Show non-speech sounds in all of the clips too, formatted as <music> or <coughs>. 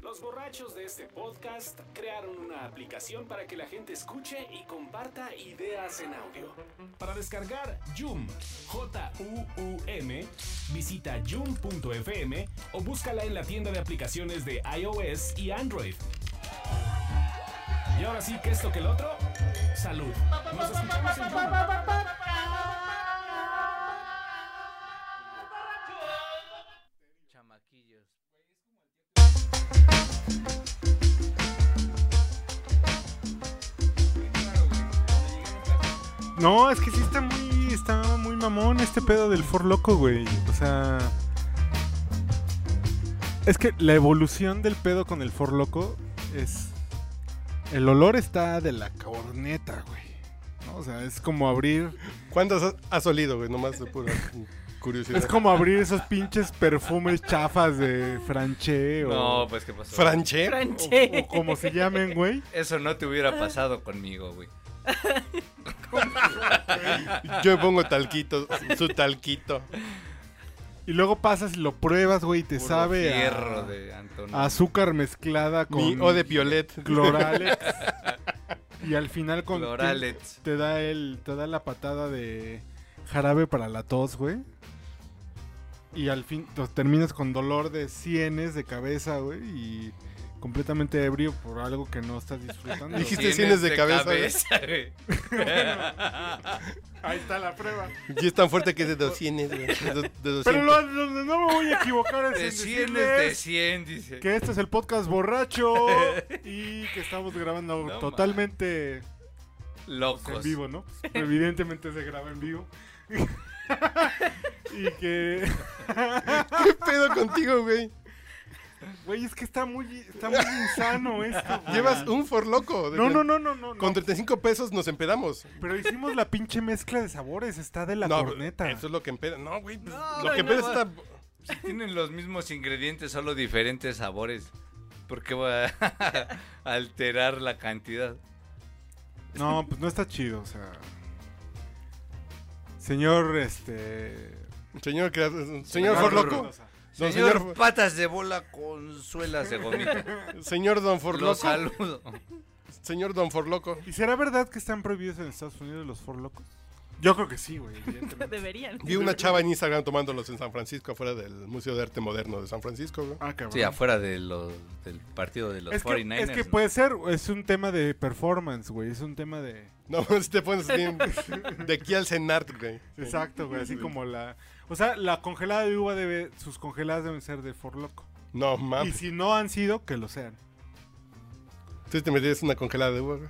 Los borrachos de este podcast crearon una aplicación para que la gente escuche y comparta ideas en audio. Para descargar Joom, J-U-U-M, visita joom.fm o búscala en la tienda de aplicaciones de iOS y Android. Y ahora sí que esto que el otro, salud. Nos escuchamos en Joom. Chamaquillos. No, es que sí está muy, está muy mamón este pedo del For Loco, güey. O sea. Es que la evolución del pedo con el For Loco es. El olor está de la corneta, güey. ¿no? O sea, es como abrir. ¿Cuántos has, has olido, güey? Nomás de pura curiosidad. Es como abrir esos pinches perfumes chafas de Franché o, No, pues, ¿qué pasó? ¿Franché? o- o como se llamen, güey. Eso no te hubiera pasado conmigo, güey. Yo pongo talquito, su talquito. Y luego pasas y lo pruebas, güey, y te Puro sabe a- Fierro de Antonio. a azúcar mezclada con. Mi O de Violet. <laughs> Cloralex. y al final con Cloralex. Te, te da el te da la patada de jarabe para la tos, güey. Y al fin to- terminas con dolor de sienes, de cabeza, güey, y completamente ebrio por algo que no estás <laughs> disfrutando. Dijiste Tienes sienes de cabeza, güey. <laughs> ahí está la prueba. Y es tan fuerte que es de 200, güey. De, do- de 200. Pero lo- lo- no me voy a equivocar es en <laughs> De 100 decirles de 100, dice. que este es el podcast <laughs> borracho y que estamos grabando No totalmente en Locos. vivo, <laughs> ¿no? Evidentemente se graba en vivo. <laughs> y que, ¿Qué pedo contigo, güey? güey, es que está muy, está muy insano esto. güey. Llevas un forloco. No, no, no, no, no. no. Con 35 pesos nos empedamos. Pero hicimos la pinche mezcla de sabores, está de la no, corneta. Eso es lo que empeda. No, güey. pues, No, lo güey, que no empeda va. está. Si tienen los mismos ingredientes, solo diferentes sabores. ¿Por qué voy a <laughs> alterar la cantidad? No, pues no está chido, o sea. Señor, este. Señor, crea- señor forloco. Don Señor, señor, patas de bola consuela Segomita. <laughs> señor Don Lo Forloco. saludo. Señor Don Forloco. ¿Y será verdad que están prohibidos en Estados Unidos los forlocos? Yo creo que sí, güey. evidentemente. <laughs> Deberían. Vi una chava en Instagram tomándolos en San Francisco, afuera del Museo de Arte Moderno de San Francisco, güey. Ah, cabrón. Sí, afuera de los, del partido de los es, que, 49ers. es que ¿no? puede ser, es un tema de performance, güey. Es un tema de. No, <laughs> si te pones bien. De aquí al cenar, güey. Exacto, güey, así como la... O sea, la congelada de uva debe... Sus congeladas deben ser de Forloco. No Y mames. si no han sido, que lo sean. Tú te metías una congelada de uva, güey.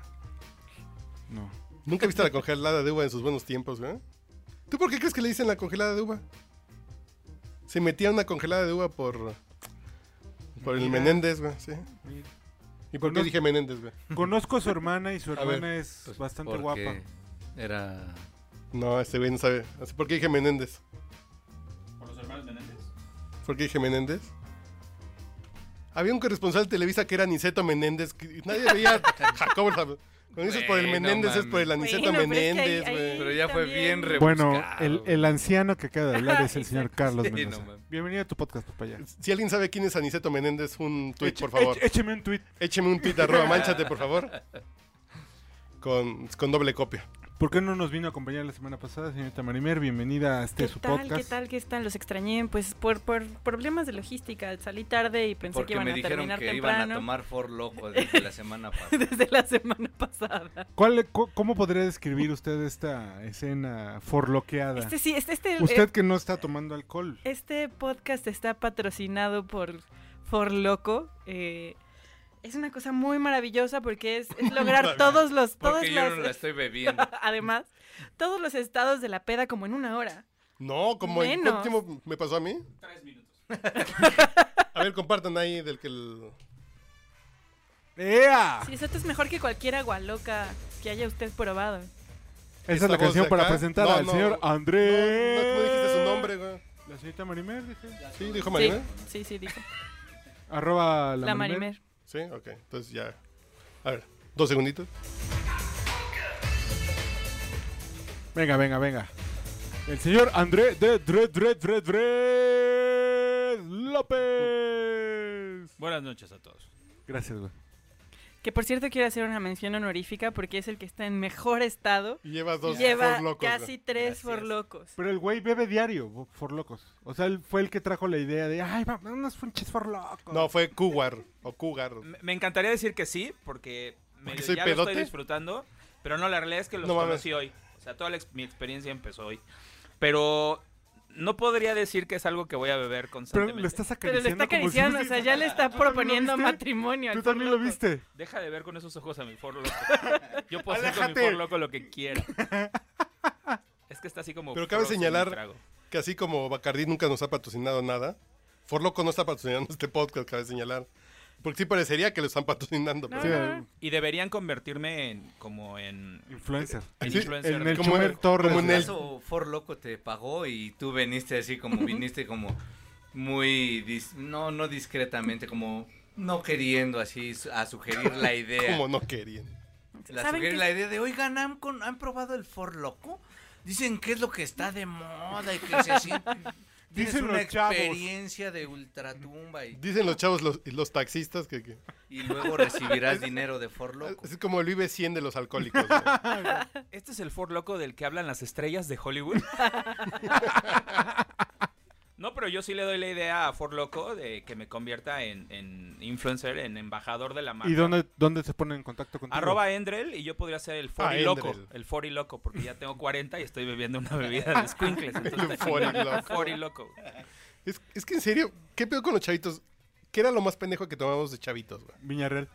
No. ¿Nunca viste la congelada de uva en sus buenos tiempos, güey? ¿Tú por qué crees que le dicen la congelada de uva? Se metía una congelada de uva por. Por el Mira. Menéndez, güey, sí. Mira. ¿Y por qué Conozco- dije Menéndez, güey? Conozco a su hermana y su ver, hermana es Pues bastante porque guapa. Era. No, este güey no sabe. Así, ¿Por qué dije Menéndez? ¿Por los hermanos Menéndez? ¿Por qué dije Menéndez? Había un corresponsal de Televisa que era Niceto Menéndez. que nadie veía a Jacobo. Sab- Cuando dices por el Güey, no Menéndez es mames. por el Aniceto Bueno, pero es que ahí- Menéndez, ahí- güey. Pero ya fue bien También. rebuscado. Bueno, el, güey. el anciano que acaba de hablar es el señor Carlos Sí, no Mendoza. mames. Bienvenido a tu podcast, papaya. Si alguien sabe quién es Aniceto Menéndez, un tweet, Eche- por favor. eche- écheme un tweet. Écheme un tweet, arroba, manchate, por favor. Con, con doble copia. ¿Por qué no nos vino a acompañar la semana pasada, señorita Marimer? Bienvenida a este ¿Qué su tal? podcast. ¿Qué tal? ¿Qué están? Los extrañé. Pues por, por problemas de logística. Salí tarde y pensé Porque que iban me a dijeron terminar que iban a temprano. tomar For <laughs> Loco desde la semana pasada. <laughs> Desde la semana pasada. ¿Cuál- cu- ¿Cómo podría describir usted esta escena forloqueada? Este sí, este, este, Usted que no está tomando alcohol. Este podcast está patrocinado por For Loco. eh, es una cosa muy maravillosa porque es, <laughs> es lograr todos los, todas Porque yo no la las, estoy <laughs> bebiendo. <laughs> además, todos los estados de la peda como en una hora. No, como en Menos. ¿cuánto tiempo me pasó a mí. Tres minutos. A ver, compartan ahí del que el. ¡Ea! Sí, eso es mejor que cualquier agua loca que haya usted probado. Esa es la voz canción de para acá. presentar No, al no. señor No, Andrés. no, no dijiste su nombre, güey. La señorita Marimer, dije. Eh. Sí, dijo Sí, Manuel. sí, sí, dijo. Arroba la, La Marimer. Sí, ok. Entonces ya. A ver, dos segunditos. Venga, venga, venga. El señor Andrés de Dre, Dre, Dre, Dre López. noches. Buenas noches a todos. Gracias, güey. Que por cierto quiero hacer una mención honorífica porque es el que está en mejor estado. Y llevas dos Lleva Ford locos. casi güey. tres Gracias. por locos. Pero el güey bebe diario, por locos. O sea, él fue el que trajo la idea de, ay, vamos unos funches por locos. No, fue Cougar o Cougar. Me me encantaría decir que sí, porque, medio soy ya lo pedote? estoy disfrutando, pero no, la realidad es que los No mames. conocí hoy. O sea, toda la ex- mi experiencia empezó hoy. Pero no podría decir que es algo que voy a beber Pero lo constantemente. estás Pero acariciando. le está como si acariciando, o fuese- sea, ya le <laughs> está ¿Tú también lo proponiendo viste? matrimonio. al Tú Ford también lo Loco. viste. Deja de ver con esos ojos a mi por loco. <laughs> Yo puedo hacer con mi Aléjate. por loco lo que quiera. Es que está así como... Pero cabe frozen señalar- el trago. Que así como Bacardí nunca nos ha patrocinado nada, Forloco no está patrocinando <laughs> este podcast, cabe señalar. Porque sí parecería que lo están patrocinando. No, pero- Sí, no, no. Y deberían convertirme en... como en... Influencer. en Sí, influencer. en el Como Chumer en- Torres. como en güey. el- Eso For Loco te pagó y tú viniste así como <laughs> viniste como muy dis- no no discretamente como no queriendo así su- a sugerir <laughs> la idea. <laughs> Como no querían. La ¿Saben sugerir qué? la idea de, "Oigan, han, con- han probado el For Loco? Dicen que es lo que está de moda y que <laughs> se siente Tienes Dicen una los chavos. experiencia de ultratumba y, Dicen los chavos, los, los taxistas, que, que- y luego <laughs> recibirás dinero de For Loco. es como el vive 100 de los alcohólicos. <laughs> güey. Este es el Ford Loco del que hablan las estrellas de Hollywood. <laughs> No, pero yo sí le doy la idea a Ford Loco de que me convierta en, en influencer, en embajador de la marca. ¿Y dónde, dónde se pone en contacto contigo? Arroba Endrel y yo podría ser el Ah, Fori Loco. Endrel. El Fori Loco, porque ya tengo 40 y estoy bebiendo una bebida de squinkles. El Fori Loco. Fori Loco. Es, es que en serio, ¿qué pedo con los chavitos? ¿Qué era lo más pendejo que tomábamos de chavitos, güey? Villarreal.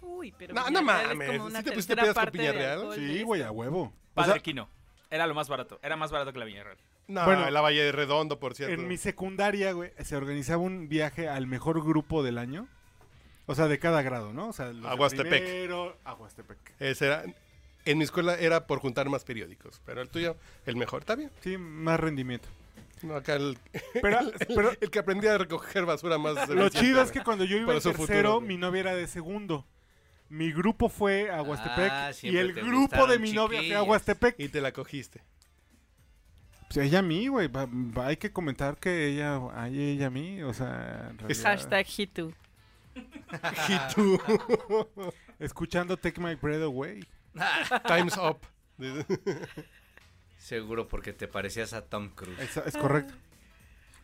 Uy, pero No, no Villarreal es mames, como una ¿sí te pusiste pedas tercera con parte de Villarreal? alcohol de Sí, esto. güey, a huevo. O Padre sea, Quino. Era lo más barato. Era más barato que la Viña Real. No, Bueno, la Valle de Redondo, por cierto. en mi secundaria, güey, se organizaba un viaje al mejor grupo del año. O sea, de cada grado, ¿no? O sea, los de Aguastepec. primero- Aguastepec. Ese era- en mi escuela era por juntar más periódicos, pero el tuyo, el mejor, ¿está bien? Sí, más rendimiento. No, acá el, Pero, <laughs> pero el que aprendía a recoger basura más... lo eficiente, chido es que güey. cuando yo iba Para en su tercero, futuro, güey. mi novia era de segundo. Mi grupo fue a Aguastepec Ah, y siempre el te grupo de gustaron mi novia fue a chiquillas. Aguastepec. Y te la cogiste. Pues ella a mí, güey. va- va- hay que comentar que ella, ay, ella a mí, o sea, en realidad, Hashtag Hitu. Y tú, escuchando Take My Breath Away. time's up. Seguro porque te parecías a Tom Cruise. Es, es correcto.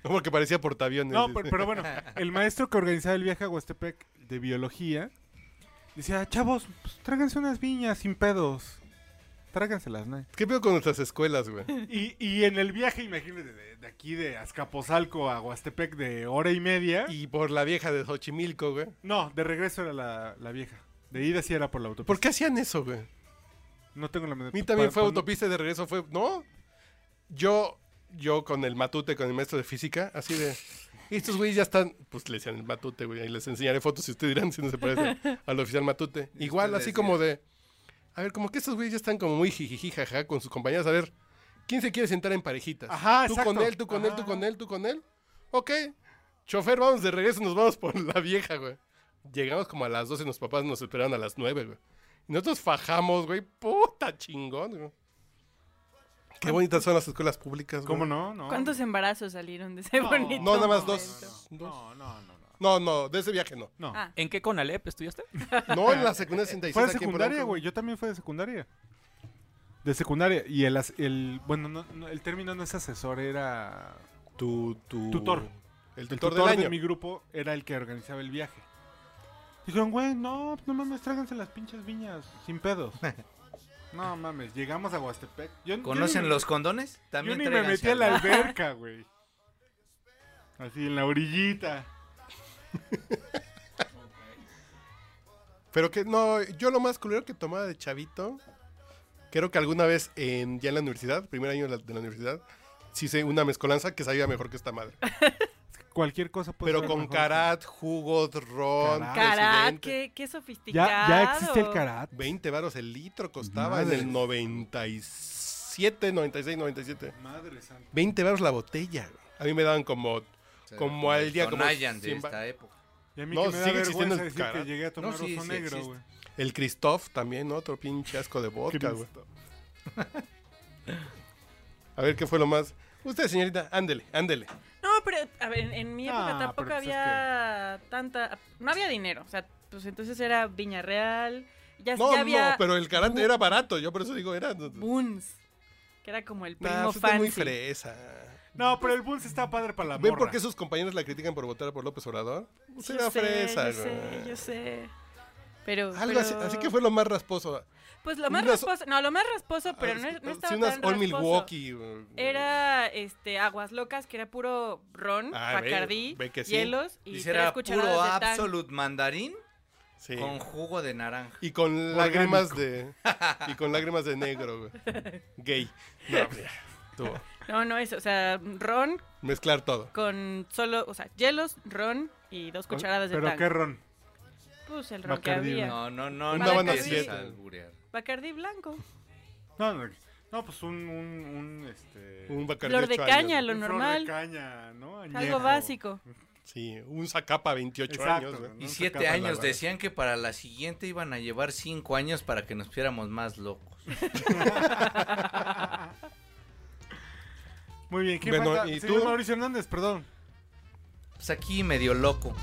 Porque parecía portaaviones. No, pero, pero bueno, el maestro que organizaba el viaje a Huastepec de biología decía, chavos, pues, tráiganse unas viñas sin pedos. Tráiganselas, ¿no? ¿Qué pedo con nuestras escuelas, güey? Y, y en el viaje, imagínate, de, de aquí de Azcapotzalco a Huastepec de hora y media. Y por la vieja de Xochimilco, güey. No, de regreso era la, la vieja. De ida sí era por la autopista. ¿Por qué hacían eso, güey? No tengo la A menor mí también pa- fue cuando- autopista y de regreso fue... ¿No? Yo, yo con el matute, con el maestro de física, así de... Estos güeyes ya están... Pues le decían el matute, güey. Y les enseñaré fotos y ustedes dirán si no se parece al oficial matute. Y Igual, usted así decía. como de... A ver, como que estos güeyes ya están como muy jijijijaja con sus compañeras. A ver, ¿quién se quiere sentar en parejitas? Ajá, tú exacto. con él, tú con él, tú Ajá. con él, tú con él. Ok. Chofer, vamos de regreso, nos vamos por la vieja, güey. Llegamos como a las 12, nuestros papás nos esperaban a las 9, güey. Y nosotros fajamos, güey. Puta chingón, güey. Qué bonitas son las escuelas públicas, güey. ¿Cómo no? no. ¿Cuántos embarazos salieron de ese No, bonito No, nada más momento? dos. dos. No, no, no. no. No, no, de ese viaje no. No. Ah. ¿En qué Conalep estudiaste? No, en la secundaria 66. Fue de aquí en secundaria, Polanco. güey. Yo también fui de secundaria. De secundaria. Y el, as- el bueno, no- no, el término no es asesor, era... Tu, tu... Tutor. El tutor, El tutor del de año. mi grupo era el que organizaba el viaje. Dijeron, güey, no, no mames, tráiganse las pinches viñas, sin <laughs> pedos. no mames, llegamos a Huastepec. Yo, yo ¿Conocen ni- los condones? Yo También ni me tráiganse metí a algo. <laughs> la alberca, güey. Así, en la orillita. Pero que no, yo lo más culero que tomaba de chavito, creo que alguna vez en, ya en la universidad, primer año de la, de la universidad, sí hice una mezcolanza que sabía mejor que esta madre. Cualquier cosa puede Pero ser con mejor. karat, jugos, ron, Karat. Carat, Presidente. qué, qué Ah, Ya, sofisticado. ya existe el carat. 20 varos el litro costaba Madre. en el 97, 96, 97. Madre santa. 20 varos la botella. güey. A mí me daban como... O sea, Como al el día, como Tonayan de 100 ba- esta época. Y a mí No, que me da sigue existiendo vergüenza el decir Karat. que llegué a tomar No, sí, oso sí negro, existe. güey. El Christoph también, ¿no? otro pinche asco de vodka, güey. A ver qué fue lo más... Usted, señorita, ándele, ándele. No, pero a ver, en, en mi época Ah, tampoco pero pues es había tanta. No había dinero. O sea, pues entonces era Viña Real. Ya, No, ya había no, pero el karate Bu- era barato. Yo por eso digo, era. Boons, que era como el primo Nah, usted es fancy. muy fresa. No, pero el Bulls está padre para la ¿Ven morra. por qué sus compañeros la critican por votar por López Obrador? Usted era sé, fresa, yo sé, güey. yo sé. Pero. Algo pero- así, así que fue lo más rasposo. Pues lo más unas- rasposo. No, lo más rasposo, pero Ah, no, no sí, estaba unas All tan rasposo. Milwaukee. güey. Era este aguas locas que era puro ron, Ah, ve, bacardí, ve que sí. hielos y Dice, tres era cucharadas puro de tan. absolute mandarín Sí. con jugo de naranja. Y con lágrimas <laughs> de. Y con lágrimas de negro, güey. Gay. <laughs> No, pues, ya, estuvo. No, no eso, o sea, ron Mezclar todo. con solo, o sea, hielos, ron y dos cucharadas de Pero tan. qué ron. Pues el ron que Bacardí, había. No, no, no, Una no banda empieces siete. a alburear. Bacardí blanco. No, no, no, pues un, un, un, este... Un Bacardí Flor de ocho años, caña, güey. lo un flor de normal. caña, ¿no? Añejo. Algo básico. Sí, un Zacapa 28 Exacto, años, güey. ¿no? Y Se siete acaba la años bala. decían que para la siguiente iban a llevar cinco años para que nos viéramos más locos. Muy bien, ¿quién Bueno, falta? ¿y Señor tú? Mauricio Hernández, perdón. Pues aquí medio loco.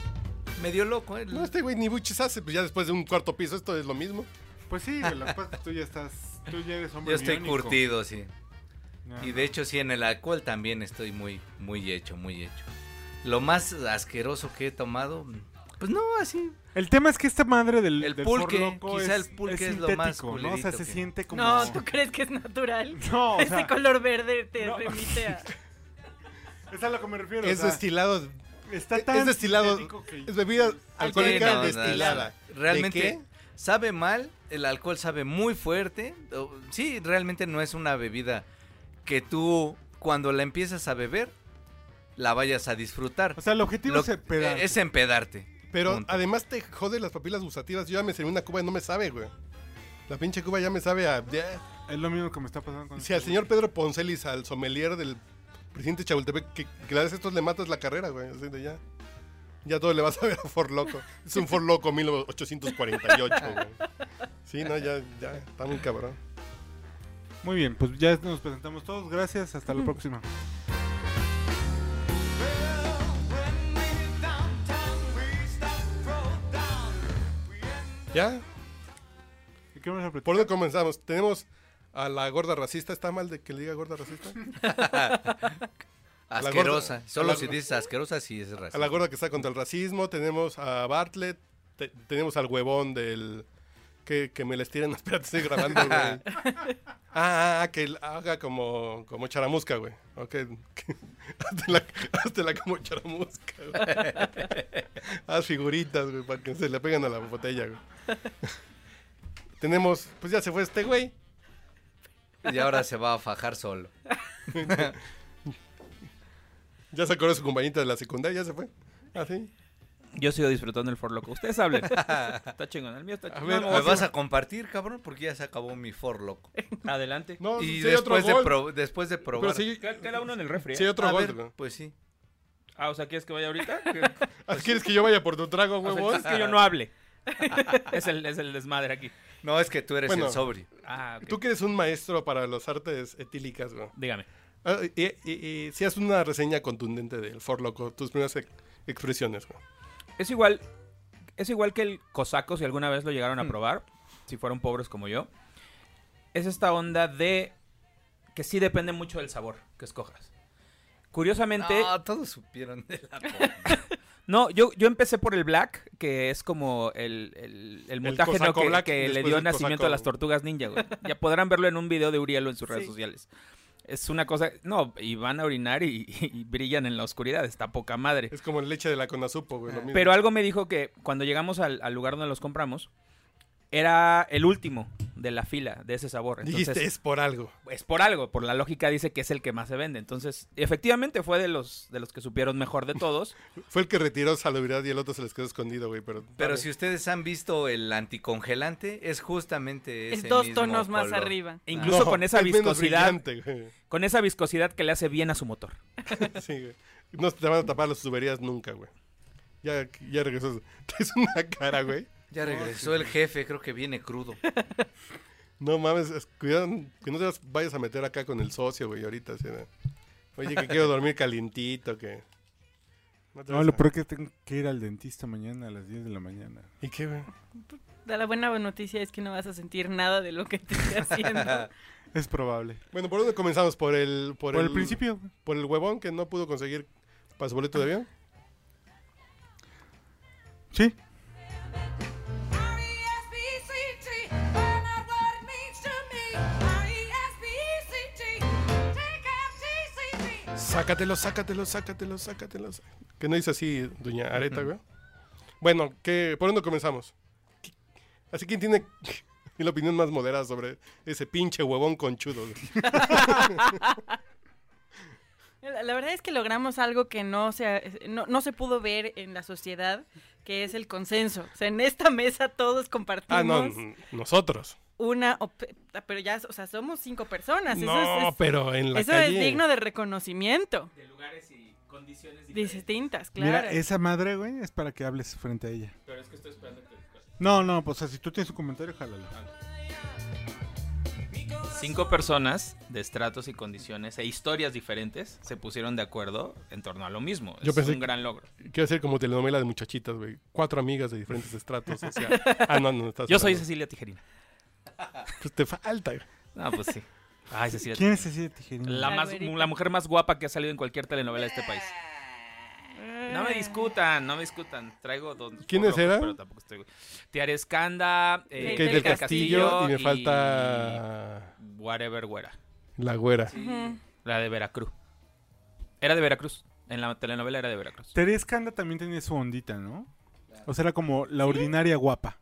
Medio loco, ¿eh? No, este güey ni buches hace, pues ya después de un cuarto piso, esto es lo mismo. Pues sí, güey, lo <laughs> que pasa es que tú ya estás... Tú ya eres hombre Yo estoy biónico. curtido, sí. Ajá. Y de hecho, sí, en el alcohol también estoy muy, muy hecho, muy hecho. Lo más asqueroso que he tomado, pues no, así. El tema es que esta madre del, El del pulque, Ford Loco quizá es, el pulque es es lo más sintético, ¿no? O sea, culerito se que- siente como... No, ¿tú crees que es natural? <laughs> No, o sea, <laughs> Ese color verde te no. <laughs> remite a es a lo que me refiero. es o sea, destilado. está es tan destilado, sintético que- Es bebida alcohólica Sí, no, no, destilada. no. Realmente ¿De qué? sabe mal, el alcohol sabe muy fuerte. o- Sí, realmente no es una bebida que tú, cuando la empiezas a beber, la vayas a disfrutar. O sea, el objetivo Lo- eh, es empedar. Es empedarte. Pero Punto. además te jode las papilas gustativas. Yo ya me serví una cuba y no me sabe, güey. La pinche cuba ya me sabe a. ya. Es lo mismo que me está pasando con Si al este señor Pedro Poncelis, al sommelier del presidente Chabultepec, que, que le das estos le matas la carrera, güey. Así de ya. Ya todo le vas a ver a Forloco. Es un Forloco 1848, güey. Sí, no, ya, ya. Está muy cabrón. güey. Muy bien, pues ya nos presentamos todos. Gracias, hasta la próxima. ¿Ya? ¿Y qué vamos a platicar? ¿Por dónde comenzamos? Tenemos a la gorda racista. ¿Está mal de que le diga gorda racista? gorda- Asquerosa. a Solo la- si dices asquerosa, sí es A racista. la gorda que está contra el racismo. Tenemos a Bartlett. te- tenemos al huevón del... Que, que me les tiran. <laughs> Espérate, estoy grabando, <laughs> güey. Ah, ah, ah, que él haga como, como charamusca, güey. Ok. <laughs> que- hazte, la, hazte la como charamusca, güey. <laughs> Haz figuritas, güey, para que se le peguen a la botella, güey. <laughs> Tenemos... Pues ya se fue este güey. Y ahora se va a fajar solo. Ya se acordó de su compañita de la secundaria, ya se fue. Ah, sí. Yo sigo disfrutando el For Loco. Ustedes hablen. <laughs> está chingón. El mío está chingón. ver, No, ¿Me Ojo. vas a compartir, cabrón? Porque ya se acabó mi forloco. <laughs> Adelante. No, Y sí hay otro después de, gol. pro- después de probar. Pero sí, Queda- Queda uno en el refri. ¿eh? sí hay otro A gol. ver, güey. pues sí. Ah, o sea, ¿quieres que vaya ahorita? Que- Ah, ¿Quieres que yo vaya por tu trago, Pues O sea, el huevón? chiste es que yo no hable. <laughs> es, el, es el desmadre aquí. No, es que tú eres Bueno. el sobrio. Ah, ok. Tú que eres un maestro para las artes etílicas, güey. Dígame. Ah, y, y- y si haces una reseña contundente del Forloco, tus primeras ex- expresiones, güey. Es igual, es igual que el cosaco, si alguna vez lo llegaron Mm. a probar, si fueron pobres como yo. Es esta onda de que sí depende mucho del sabor que escojas. Curiosamente, No, todos supieron de la <laughs> bomba. no, yo, yo empecé por el black, que es como el, el, el montaje ¿no? cosaco que, black que le después dio del nacimiento cosaco. a las tortugas ninja, güey. Ya podrán verlo en un video de Urielo en sus redes Sí. sociales. Es una cosa, no, y van a orinar y, y brillan en la oscuridad, está poca madre. Es como leche de la conazupo, güey. lo mismo. Ah, Pero algo me dijo que cuando llegamos al, al lugar donde los compramos, era el último de la fila de ese sabor. Entonces, Dijiste, es por algo. es por algo, por la lógica dice que es el que más se vende. Entonces, efectivamente fue de los, de los que supieron mejor <laughs> de todos. Fue el que retiró salubridad y el otro se les quedó escondido, güey. Pero, Pero si ustedes han visto el anticongelante, es justamente ese es dos mismo tonos más color. arriba. E incluso No, con esa es menos viscosidad, brillante, güey. con esa viscosidad que le hace bien a su motor. Sí, güey. No te van a tapar las tuberías nunca, güey. Ya, ya regresas. <laughs> Traes una cara, güey. Oh, Ya regresó el jefe, creo que viene crudo. No mames, es- cuidado que no te las vayas a meter acá con el socio, güey, ahorita. así de, Oye, que quiero dormir calientito, que... No te No, ves lo mal. peor es que tengo que ir al dentista mañana a las 10 de la mañana. ¿Y qué, güey? La buena noticia es que no vas a sentir nada de lo que te <laughs> estoy haciendo. Es probable. Bueno, ¿por dónde comenzamos? ¿Por el, por Por, el principio. ¿Por el huevón que no pudo conseguir pasaboleto de avión? Sí. R-E-S-P-E-C-T, find out what it means to me. R-E-S-P-E-C-T, take out T-C-T. Sácatelo, sácatelo, sácatelo, sácatelo. sá- Que no dice así, doña Areta, güey. Bueno, ¿qué, ¿por dónde comenzamos? ¿Qué- Así que tiene <laughs> la opinión más moderada sobre ese pinche huevón conchudo. güey? La, la verdad es que logramos algo que no se, no, no se pudo ver en la sociedad, que es el consenso. O sea, en esta mesa todos compartimos Ah, no, n- nosotros. una... op- Pero ya, o sea, somos cinco personas. <laughs> Eso es- No, es- pero en la eso calle. es digno de reconocimiento. De lugares y condiciones diferentes. Distintas, claro. Mira, esa madre, güey, es para que hables frente a ella. Pero es que estoy esperando que... No, no, pues o sea, si tú tienes un comentario, jálalo. Cinco personas de estratos y condiciones e historias diferentes se pusieron de acuerdo en torno a lo mismo. Yo es pensé un que- gran logro. Quiero hacer como telenovela de muchachitas, güey. Cuatro amigas de diferentes estratos. <laughs> O sea, ah, no, no, estás Yo soy hablando. Cecilia <laughs> Tijerina. Pues te falta, güey. Ah, pues sí. Ay, Cecilia ¿Quién es ese tijerina? La, La más, güerita. la mujer más guapa que ha salido en cualquier telenovela de este país. No me discutan, no me discutan. Traigo dos. ¿Quiénes rojos, eran? Pero tampoco estoy. Tiare Escanda, Kate eh, Kate del del Castillo, y me falta Whatever, güera. la güera. Ujú. La de Veracruz. Era de Veracruz. En la telenovela era de Veracruz. Teresa Escanda también tenía su ondita, ¿no? O sea, era como la ordinaria guapa.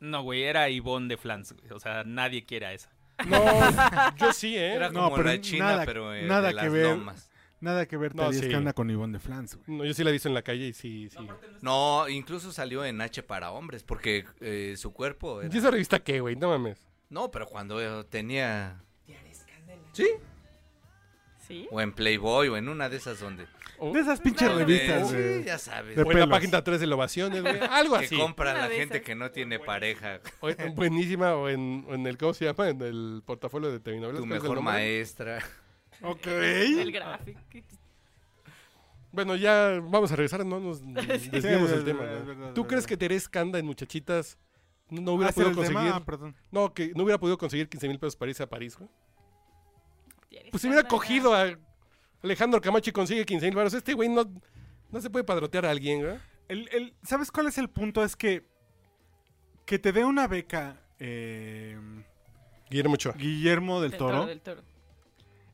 No, güey, era Ivonne de Flans. güey. O sea, nadie quiere a esa. No, yo sí, ¿eh? Era No, como pero la China, nada- pero eh, nada de que las ver. lomas. Nada que ver No, Teresa sí. Escanda con Ivonne de Flans, güey. No, yo sí la he visto en la calle y sí, sí. No, incluso salió en H para hombres, porque eh, su cuerpo era- ¿Y esa revista qué, güey? No mames. No, pero cuando eh, tenía... ¿Sí? O en Playboy, o en una de esas donde... O, De esas pinches Una revistas, Eh, güey. sí, ya sabes. de o en la pelos. página 3 de Lovaciones, güey. Algo que así. compra Una la de gente esas. que no tiene pareja. O en- buenísima o en, o en el, ¿cómo se llama? En el portafolio de telenovelas. Tu ¿cuál es el mejor nombre? maestra. Ok. El gráfico. Bueno, ya vamos a regresar, <laughs> no nos es desviemos del tema. verdad, ¿no? es verdad, ¿Tú es crees verdad. que Teresa Canda en Muchachitas no hubiera Ah, ¿será podido el tema? conseguir? Ah, perdón. No, que no hubiera podido conseguir 15 mil pesos para irse a París, güey. Tienes Pues si hubiera razón, cogido a Alejandro Camacho y consigue 15 mil baros, este güey no, no se puede padrotear a alguien, güey. El- el- ¿Sabes cuál es el punto? Es que que te dé una beca eh, Guillermo Ochoa. Guillermo del, Del Toro, toro, del toro.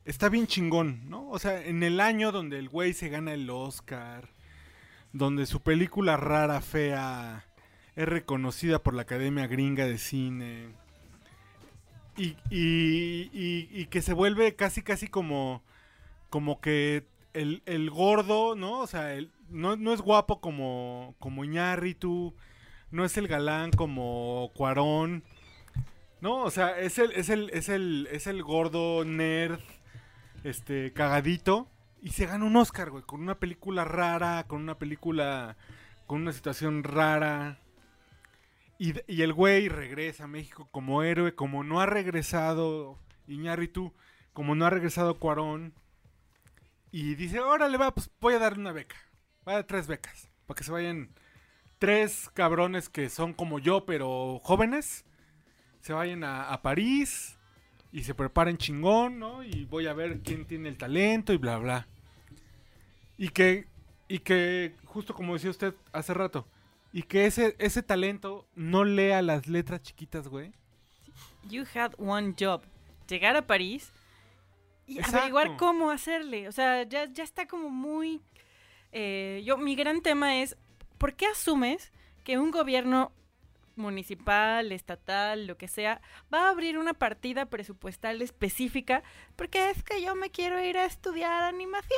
está bien chingón, ¿no? O sea, en el año donde el güey se gana el Oscar, donde su película rara, fea, es reconocida por la Academia Gringa de Cine, y, y- y- y que se vuelve casi, casi como, como que el, el gordo, ¿no? O sea, el- no, no es guapo como, como Iñárritu, no es el galán como Cuarón. No, o sea, es el, es el, es el, es el gordo nerd, este, cagadito. Y se gana un Oscar, güey, con una película rara, con una película, con una situación rara. Y, d- y el güey regresa a México como héroe, como no ha regresado Iñárritu, como no ha regresado Cuarón. Y dice, órale, va, pues voy a darle una beca. Va a dar tres becas, para que se vayan tres cabrones que son como yo, pero jóvenes se vayan a, a París y se preparen chingón, ¿no? Y voy a ver quién tiene el talento y bla, bla. Y que, y que justo como decía usted hace rato, y que ese, ese talento no lea las letras chiquitas, güey. You had one job. Llegar a París y Exacto. averiguar cómo hacerle. O sea, ya, ya está como muy... eh, yo, mi gran tema es, ¿por qué asumes que un gobierno municipal, estatal, lo que sea, va a abrir una partida presupuestal específica? Porque es que yo me quiero ir a estudiar animación.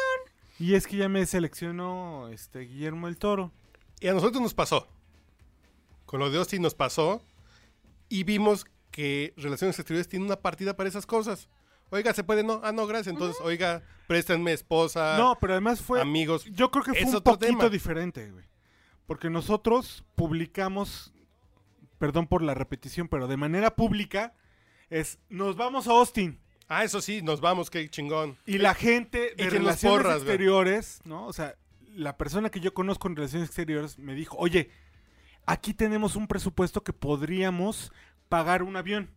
Y es que ya me seleccionó este Guillermo el Toro. Y a nosotros nos pasó. Con lo de Austin nos pasó. Y vimos que Relaciones Exteriores tiene una partida para esas cosas. Oiga, ¿se puede? No. Ah, no, gracias. Entonces, oiga, préstenme esposa, no, pero además fue... amigos. Yo creo que fue Ah, Es un otro poquito tema. diferente, güey. Porque nosotros publicamos, perdón por la repetición, pero de manera pública, es nos vamos a Austin. Ah, eso sí, nos vamos, qué chingón. Y la gente de Échenos relaciones porras, güey. exteriores, ¿no? O sea, la persona que yo conozco en Relaciones Exteriores me dijo, oye, aquí tenemos un presupuesto que podríamos pagar un avión.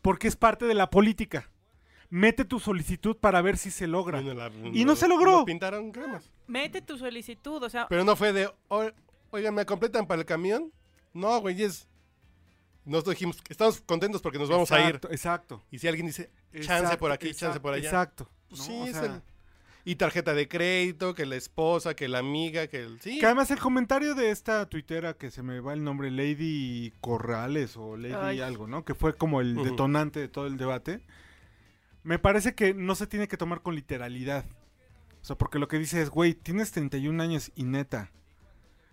Porque es parte de la política. Mete tu solicitud para ver si se logra. la- Y no se logró. Lo pintaron cremas. Mete tu solicitud, o sea, Pero no fue de, "O- oigan, ¿me completan para el camión? No, güey, es... Nos dijimos, estamos contentos porque nos vamos a ir. Exacto, Exacto. Y si alguien dice, chance exacto, por aquí, exacto, chance por allá. Exacto. Pues ¿no? sí, O es sea, el- Y tarjeta de crédito, que la esposa, que la amiga, que el... Sí, Que además el comentario de esta tuitera que se me va el nombre, Lady Corrales o Lady Ay. algo, ¿no? Que fue como el Ujú. detonante de todo el debate. Me parece que no se tiene que tomar con literalidad. O sea, porque lo que dice es, güey, tienes 31 años y neta,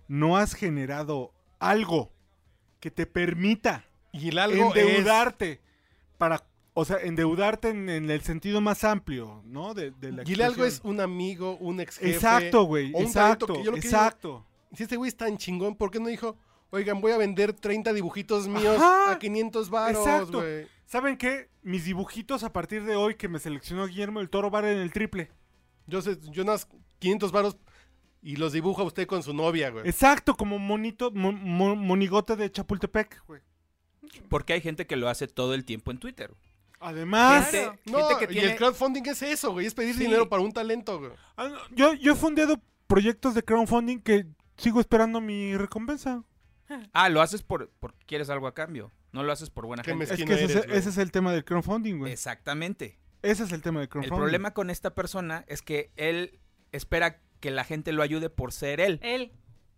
no has generado algo que te permita y el algo endeudarte para... O sea, endeudarte en, en el sentido más amplio, ¿no? De, de la es... Y el algo es expresión. un amigo, un ex jefe. Exacto, güey. o un Exacto, talento que yo lo que digo- exacto. Si este güey es tan chingón, ¿por qué no dijo, oigan, voy a vender 30 dibujitos míos Ajá, a 500 varos, exacto. güey? ¿Saben qué? Mis dibujitos a partir de hoy que me seleccionó Guillermo el Toro valen el triple. Yo sé, yo unas 500 varos y los dibuja usted con su novia, güey. Exacto, como monito, mon- mon- monigote de Chapultepec, güey. Porque hay gente que lo hace todo el tiempo en Twitter. Además, Gente- Ah, No, gente que y el tiene- crowdfunding es eso, güey, es pedir Sí. dinero para un talento, güey. ah, no, yo, yo he fundado proyectos de crowdfunding que sigo esperando mi recompensa. Ah, lo haces por, porque quieres algo a cambio. No lo haces por buena Qué gente. Es Mezquino que ese, eres, es, güey. ese es el tema del crowdfunding, güey. Exactamente. Ese es el tema del El crowdfunding. problema con esta persona es que él espera que la gente lo ayude por ser él. él.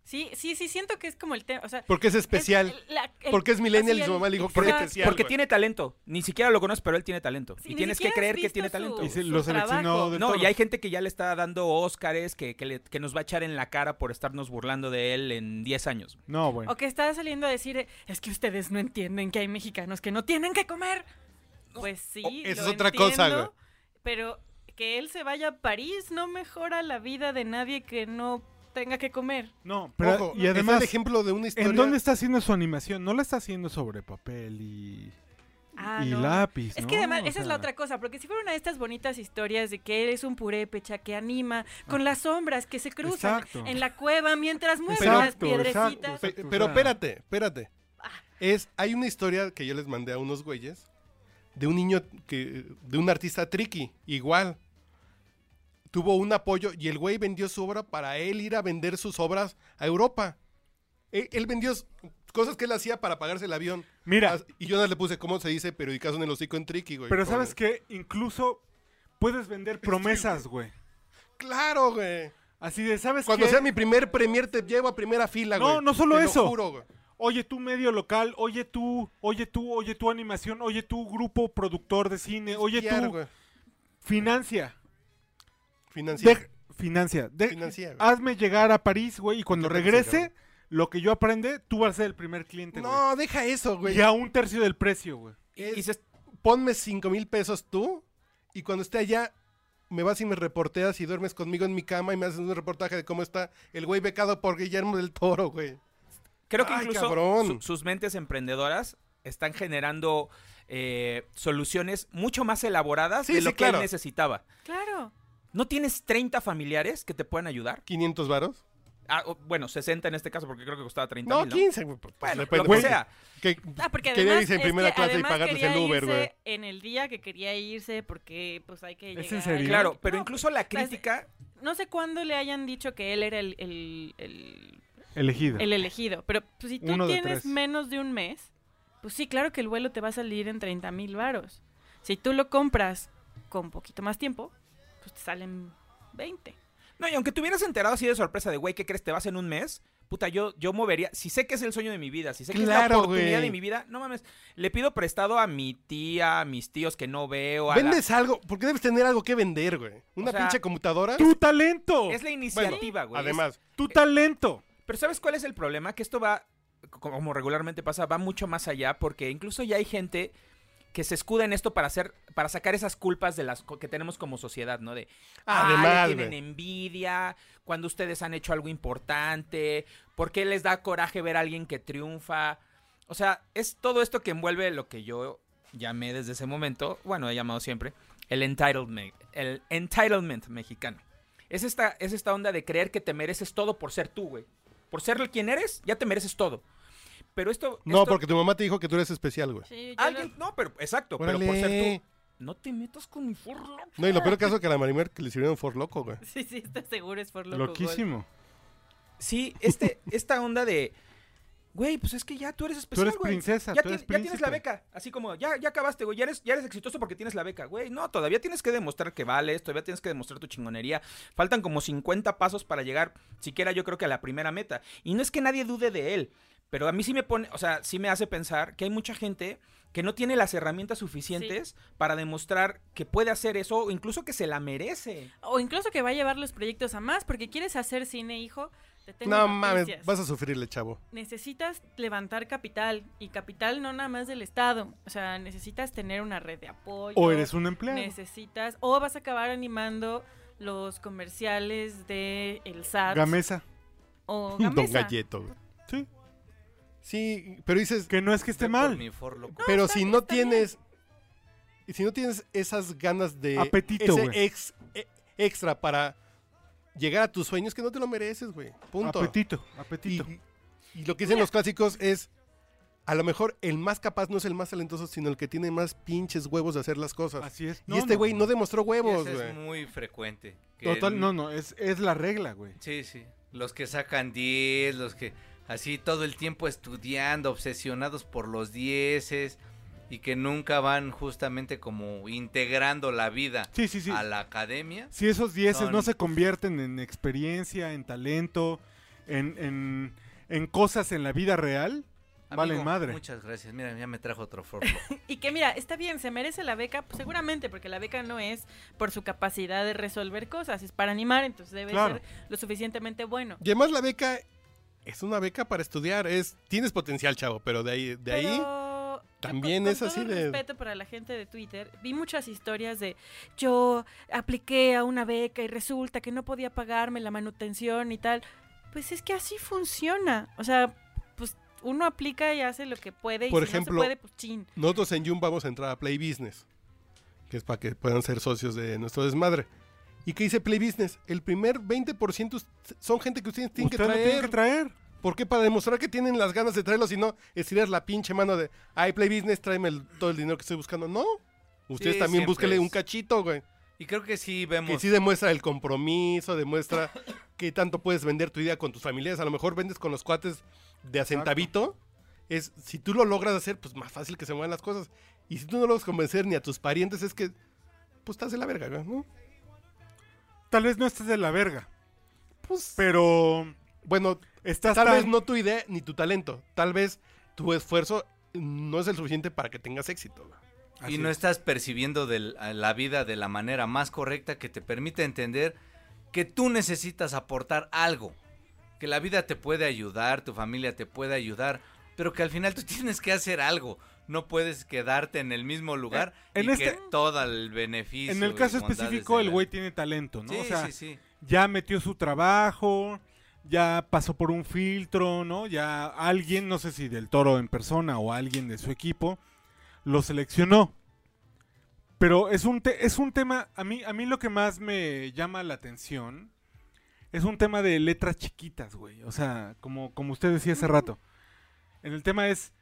Sí, sí, sí, siento que es como el tema, o sea... Porque es especial. el- la- el- porque es millennial así y su el- mamá le dijo que Porque- es especial. Porque güey. tiene talento. Ni siquiera lo conoces, pero él tiene talento. Sí, y ni tienes que siquiera has creer que visto tiene su- talento. Y se- su lo seleccionó trabajo. de No, Toro. y hay gente que ya le está dando Óscares, que, que le- que nos va a echar en la cara por estarnos burlando de él en 10 años. No, bueno. O que está saliendo a decir, eh, es que ustedes no entienden que hay mexicanos que no tienen que comer. Pues sí, Oh, esa lo es otra cosa, entiendo, güey. Pero que él se vaya a París no mejora la vida de nadie que no tenga que comer. No, pero Ojo, y es además, el ejemplo de una historia. ¿en dónde está haciendo su animación? No la está haciendo sobre papel y, Ah, y no. lápiz, Es Pues ¿no? que además, O esa es la sea, otra cosa, porque si fuera una de estas bonitas historias de que él es un purépecha que anima con las sombras que se cruzan Exacto. en la cueva mientras mueve las Exacto, piedrecitas. exacto, Pe- eh, exacto, o pero sea. espérate, espérate. Es, hay una historia que yo les mandé a unos güeyes de un niño que, de un artista tricky, igual. Tuvo un apoyo y el güey vendió su obra para él ir a vender sus obras a Europa. E, Él, él vendió s- cosas que él hacía para pagarse el avión. Mira, As- Y yo nada más le puse cómo se dice periodicazo en el hocico en tricky, güey. Pero Como- sabes que incluso puedes vender promesas, güey. Claro, güey. Así de, ¿sabes Cuando qué? sea mi primer premier te llevo a primera fila, No, güey. no solo Te eso. Lo juro, güey. Oye tú medio local, oye tú, oye tú, oye tú animación, oye tú grupo productor de cine, Eh, oye Fiar, tú güey. financia. Financiero. Dej- financia. de- Financia, güey. hazme llegar a París, güey, y cuando Yo creo que sí, regrese, lo que yo aprende, tú vas a ser el primer cliente, güey. No, deja eso, güey. y a un tercio del precio, güey. Y- y se- ponme 5 mil pesos tú y cuando esté allá me vas y me reporteas y duermes conmigo en mi cama y me haces un reportaje de cómo está el güey becado por Guillermo del Toro, güey. Creo que Ay, incluso cabrón. su- sus mentes emprendedoras están generando eh, soluciones mucho más elaboradas Sí, de sí, lo que claro. él necesitaba. Claro. ¿No tienes 30 familiares que te puedan ayudar? 500 varos. Ah, o- bueno, 60 en este caso porque creo que costaba 30 No, mil, 15, güey. pues, Bueno, depende, lo que güey. sea. Que, Ah, porque quería además, irse en es primera que clase y además pagarles quería el Uber, irse güey. En el día que quería irse, porque pues hay que ¿Es en llegar. serio? Claro, pero No, incluso la crítica No sé cuándo le hayan dicho que él era el, el, el- Elegido. el elegido, pero pues, si tú Uno de tienes tres. menos de un mes, pues sí, claro que el vuelo te va a salir en 30 mil varos. Si tú lo compras con poquito más tiempo, pues te salen 20. No, y aunque te hubieras enterado así de sorpresa de, güey, ¿qué crees? ¿Te vas en un mes? Puta, yo, yo movería. Si sé que es el sueño de mi vida, si sé que es la Claro, oportunidad güey. de mi vida, no mames. Le pido prestado a mi tía, a mis tíos que no veo. A la- Vendes algo, porque debes tener algo que vender, güey. Una sea, pinche computadora. ¡Tu talento! Es la iniciativa, güey. Además, ¡Tu talento! Es- Pero ¿sabes cuál es el problema? Que esto va, como regularmente pasa, va mucho más allá porque incluso ya hay gente que se escuda en esto para hacer, para sacar esas culpas de las co- que tenemos como sociedad, ¿no? De Ah, además, le güey. tienen envidia cuando ustedes han hecho algo importante, por qué les da coraje ver a alguien que triunfa. O sea, es todo esto que envuelve lo que yo llamé desde ese momento, bueno, he llamado siempre, el entitlement, el entitlement mexicano. Es esta, es esta onda de creer que te mereces todo por ser tú, güey. Por ser quien eres, ya te mereces todo. Pero esto... No, esto- porque tu mamá te dijo que tú eres especial, güey. Sí, yo Alguien... No, pero exacto, pero por ser Órale. tú... No te metas con mi forro. No, y lo peor caso que a la Marimer que le sirvieron for loco, güey. lo- <laughs> Sí, sí, está seguro es por loco. güey. Loquísimo. Sí, <laughs> este, esta onda de. Güey, pues es que ya tú eres especial, eres güey. princesa, ya, tú eres tien- ya tienes la príncipe. beca. Así como, ya, ya acabaste, güey. Ya eres, ya eres exitoso porque tienes la beca, güey. No, todavía tienes que demostrar que vales, todavía tienes que demostrar tu chingonería. Faltan como 50 pasos para llegar, siquiera yo creo que a la primera meta. Y no es que nadie dude de él, pero a mí sí me pone, o sea, sí me hace pensar que hay mucha gente que no tiene las herramientas suficientes para demostrar que puede hacer eso o incluso que se la merece. O incluso que va a llevar los proyectos a más, porque quieres hacer cine, hijo. Te tengo No mames, noticias. vas a sufrirle, chavo. necesitas levantar capital y capital no nada más del Estado, o sea, necesitas tener una red de apoyo. O eres un empleado. necesitas o vas a acabar animando los comerciales de el SAT Gamesa. o <laughs> Don Gamesa. Galleto, güey. Sí. Sí, pero dices, Que no es que esté Este <laughs> mal. Mi forloco. pero está- si no está bien. tienes. Y si no tienes esas ganas de. Apetito, güey. ese ex- e- extra para llegar a tus sueños, que no te lo mereces, güey. Punto. Apetito, Y, apetito. y lo que dicen los clásicos es. A lo mejor el más capaz no es el más talentoso, sino el que tiene más pinches huevos de hacer las cosas. Así es. y este güey no, demostró Y huevos, eso güey. es muy frecuente. que- Total, no, no, es, es la regla, güey. Sí, sí. Los que sacan 10, los que así todo el tiempo estudiando, obsesionados por los 10 y que nunca van justamente como integrando la vida Sí, sí, sí. a la academia. Si esos dieces Son- no se convierten en experiencia, en talento, en, en, en cosas en la vida real, vale Amigo, madre. Muchas gracias. Mira, ya me trajo otro <laughs> forloco. Y que mira, está bien, se merece la beca, pues, seguramente, porque la beca no es por su capacidad de resolver cosas, es para animar, entonces debe Claro. ser lo suficientemente bueno. Y además la beca es una beca para estudiar. Es, tienes potencial, chavo, pero de ahí, de ahí Pero pues yo también con- es con así todo el de- respeto para la gente de Twitter. Vi muchas historias de yo apliqué a una beca y resulta que no podía pagarme la manutención y tal. Pues es que así funciona. O sea, pues uno aplica y hace lo que puede y Por si no ejemplo, se puede, pues chin. nosotros en Yum vamos a entrar a Play Business, que es para que puedan ser socios de nuestro desmadre. ¿Y qué dice Play Business? El primer 20% us- son gente que ustedes tienen que Usted lo traer. tiene que traer. ¿Por qué? Para demostrar que tienen las ganas de traerlo, si no, estirar la pinche mano de, ay, Play Business, tráeme el- todo el dinero que estoy buscando. No. Ustedes Sí, también siempre búsquenle es. un cachito, güey. Y creo que sí Que vemos. sí demuestra el compromiso, demuestra <coughs> que tanto puedes vender tu idea con tus familiares. A lo mejor vendes con los cuates de acentavito. Es, si tú lo logras hacer, pues más fácil que se muevan las cosas. Y si tú no logras convencer ni a tus parientes, es que, pues estás de la verga, güey, ¿no? Tal vez no estés de la verga, Pues, pero bueno, estás tal tan- vez no tu idea ni tu talento. Tal vez tu esfuerzo no es el suficiente para que tengas éxito. güey. y no estás percibiendo del- a la vida de la manera más correcta que te permite entender que tú necesitas aportar algo, que la vida te puede ayudar, tu familia te puede ayudar, pero que al final tú <laughs> tienes que hacer algo, no puedes quedarte en el mismo lugar Eh, en y este- que todo el beneficio. En el y caso bondades específico, de el la- güey tiene talento, ¿no? Sí, o sea, sí, sí. ya metió su trabajo, ya pasó por un filtro, ¿no? Ya alguien, no sé si del toro en persona o alguien de su equipo, lo seleccionó. Pero es un, te- es un tema, a mí, a mí lo que más me llama la atención es un tema de letras chiquitas, güey. O sea, como, como usted decía hace rato. En el tema es,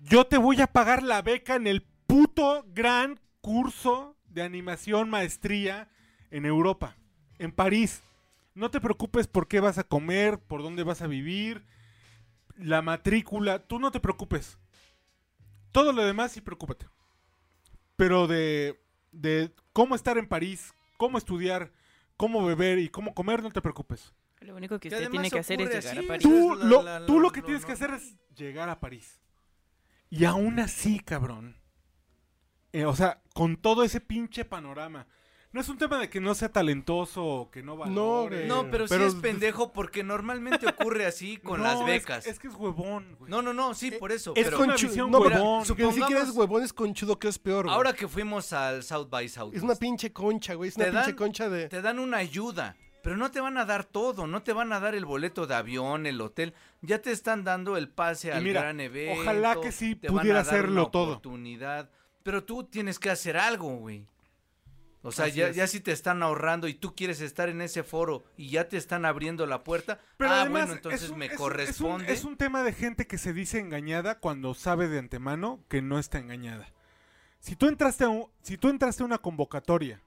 yo te voy a pagar la beca en el puto gran curso de animación maestría en Europa en París. No te preocupes por qué vas a comer, por dónde vas a vivir, la matrícula, tú no te preocupes. Todo lo demás sí preocúpate. Pero de, de cómo estar en París, cómo estudiar, cómo beber y cómo comer, no te preocupes. Lo único que Que usted además tiene que hacer es ocurre llegar así. a París. Tú, es la- lo, la- la- tú lo que lo tienes que hacer normal. es llegar a París. Y aún así, cabrón. eh, o sea, con todo ese pinche panorama. No es un tema de que no sea talentoso o que no valore. güey. No, pero, Pero- sí es pendejo porque normalmente ocurre así con No, las es- becas. Es, Eh, que es huevón, güey. No, no, no, sí, por eso. es pero con una chu- visión no, mira, huevón. Porque ni siquiera es supongamos- huevón, es conchudo que es peor. güey. Ahora que fuimos al South by South. es una pinche concha, güey. Es Te una pinche dan- concha de. te dan una ayuda, pero no te van a dar todo, no te van a dar el boleto de avión, el hotel, ya te están dando el pase Y al mira, gran evento. ojalá que sí te van a pudiera dar una hacerlo todo. Oportunidad, pero tú tienes que hacer algo, güey. O O sea, Así ya, es. ya si te están ahorrando y tú quieres estar en ese foro y ya te están abriendo la puerta, Pero ah, además, bueno, entonces es un- me es un- es un- corresponde. Es un, tema de gente que se dice engañada cuando sabe de antemano que no está engañada. Si tú entraste a, un- si tú entraste a una convocatoria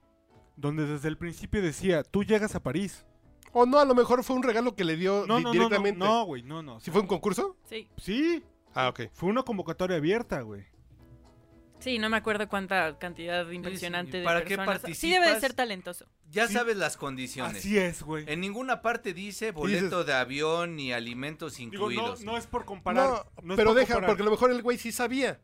donde desde el principio decía, tú llegas a París. O no, a lo mejor fue un regalo que le dio No, di- no, no, no, directamente. no, güey, no, no. ¿Sí fue un concurso? Sí. Sí, Ah, ok. fue una convocatoria abierta, güey. Sí, no me acuerdo cuánta cantidad sí, impresionante ¿y de para qué personas. Sí debe de participas? ser talentoso. ya sí. sabes las condiciones. Así es, güey. En ninguna parte dice boleto de avión ni alimentos Digo, no, incluidos. no es por comparar. no, no es pero por deja, comparar. porque a lo mejor el güey sí sabía.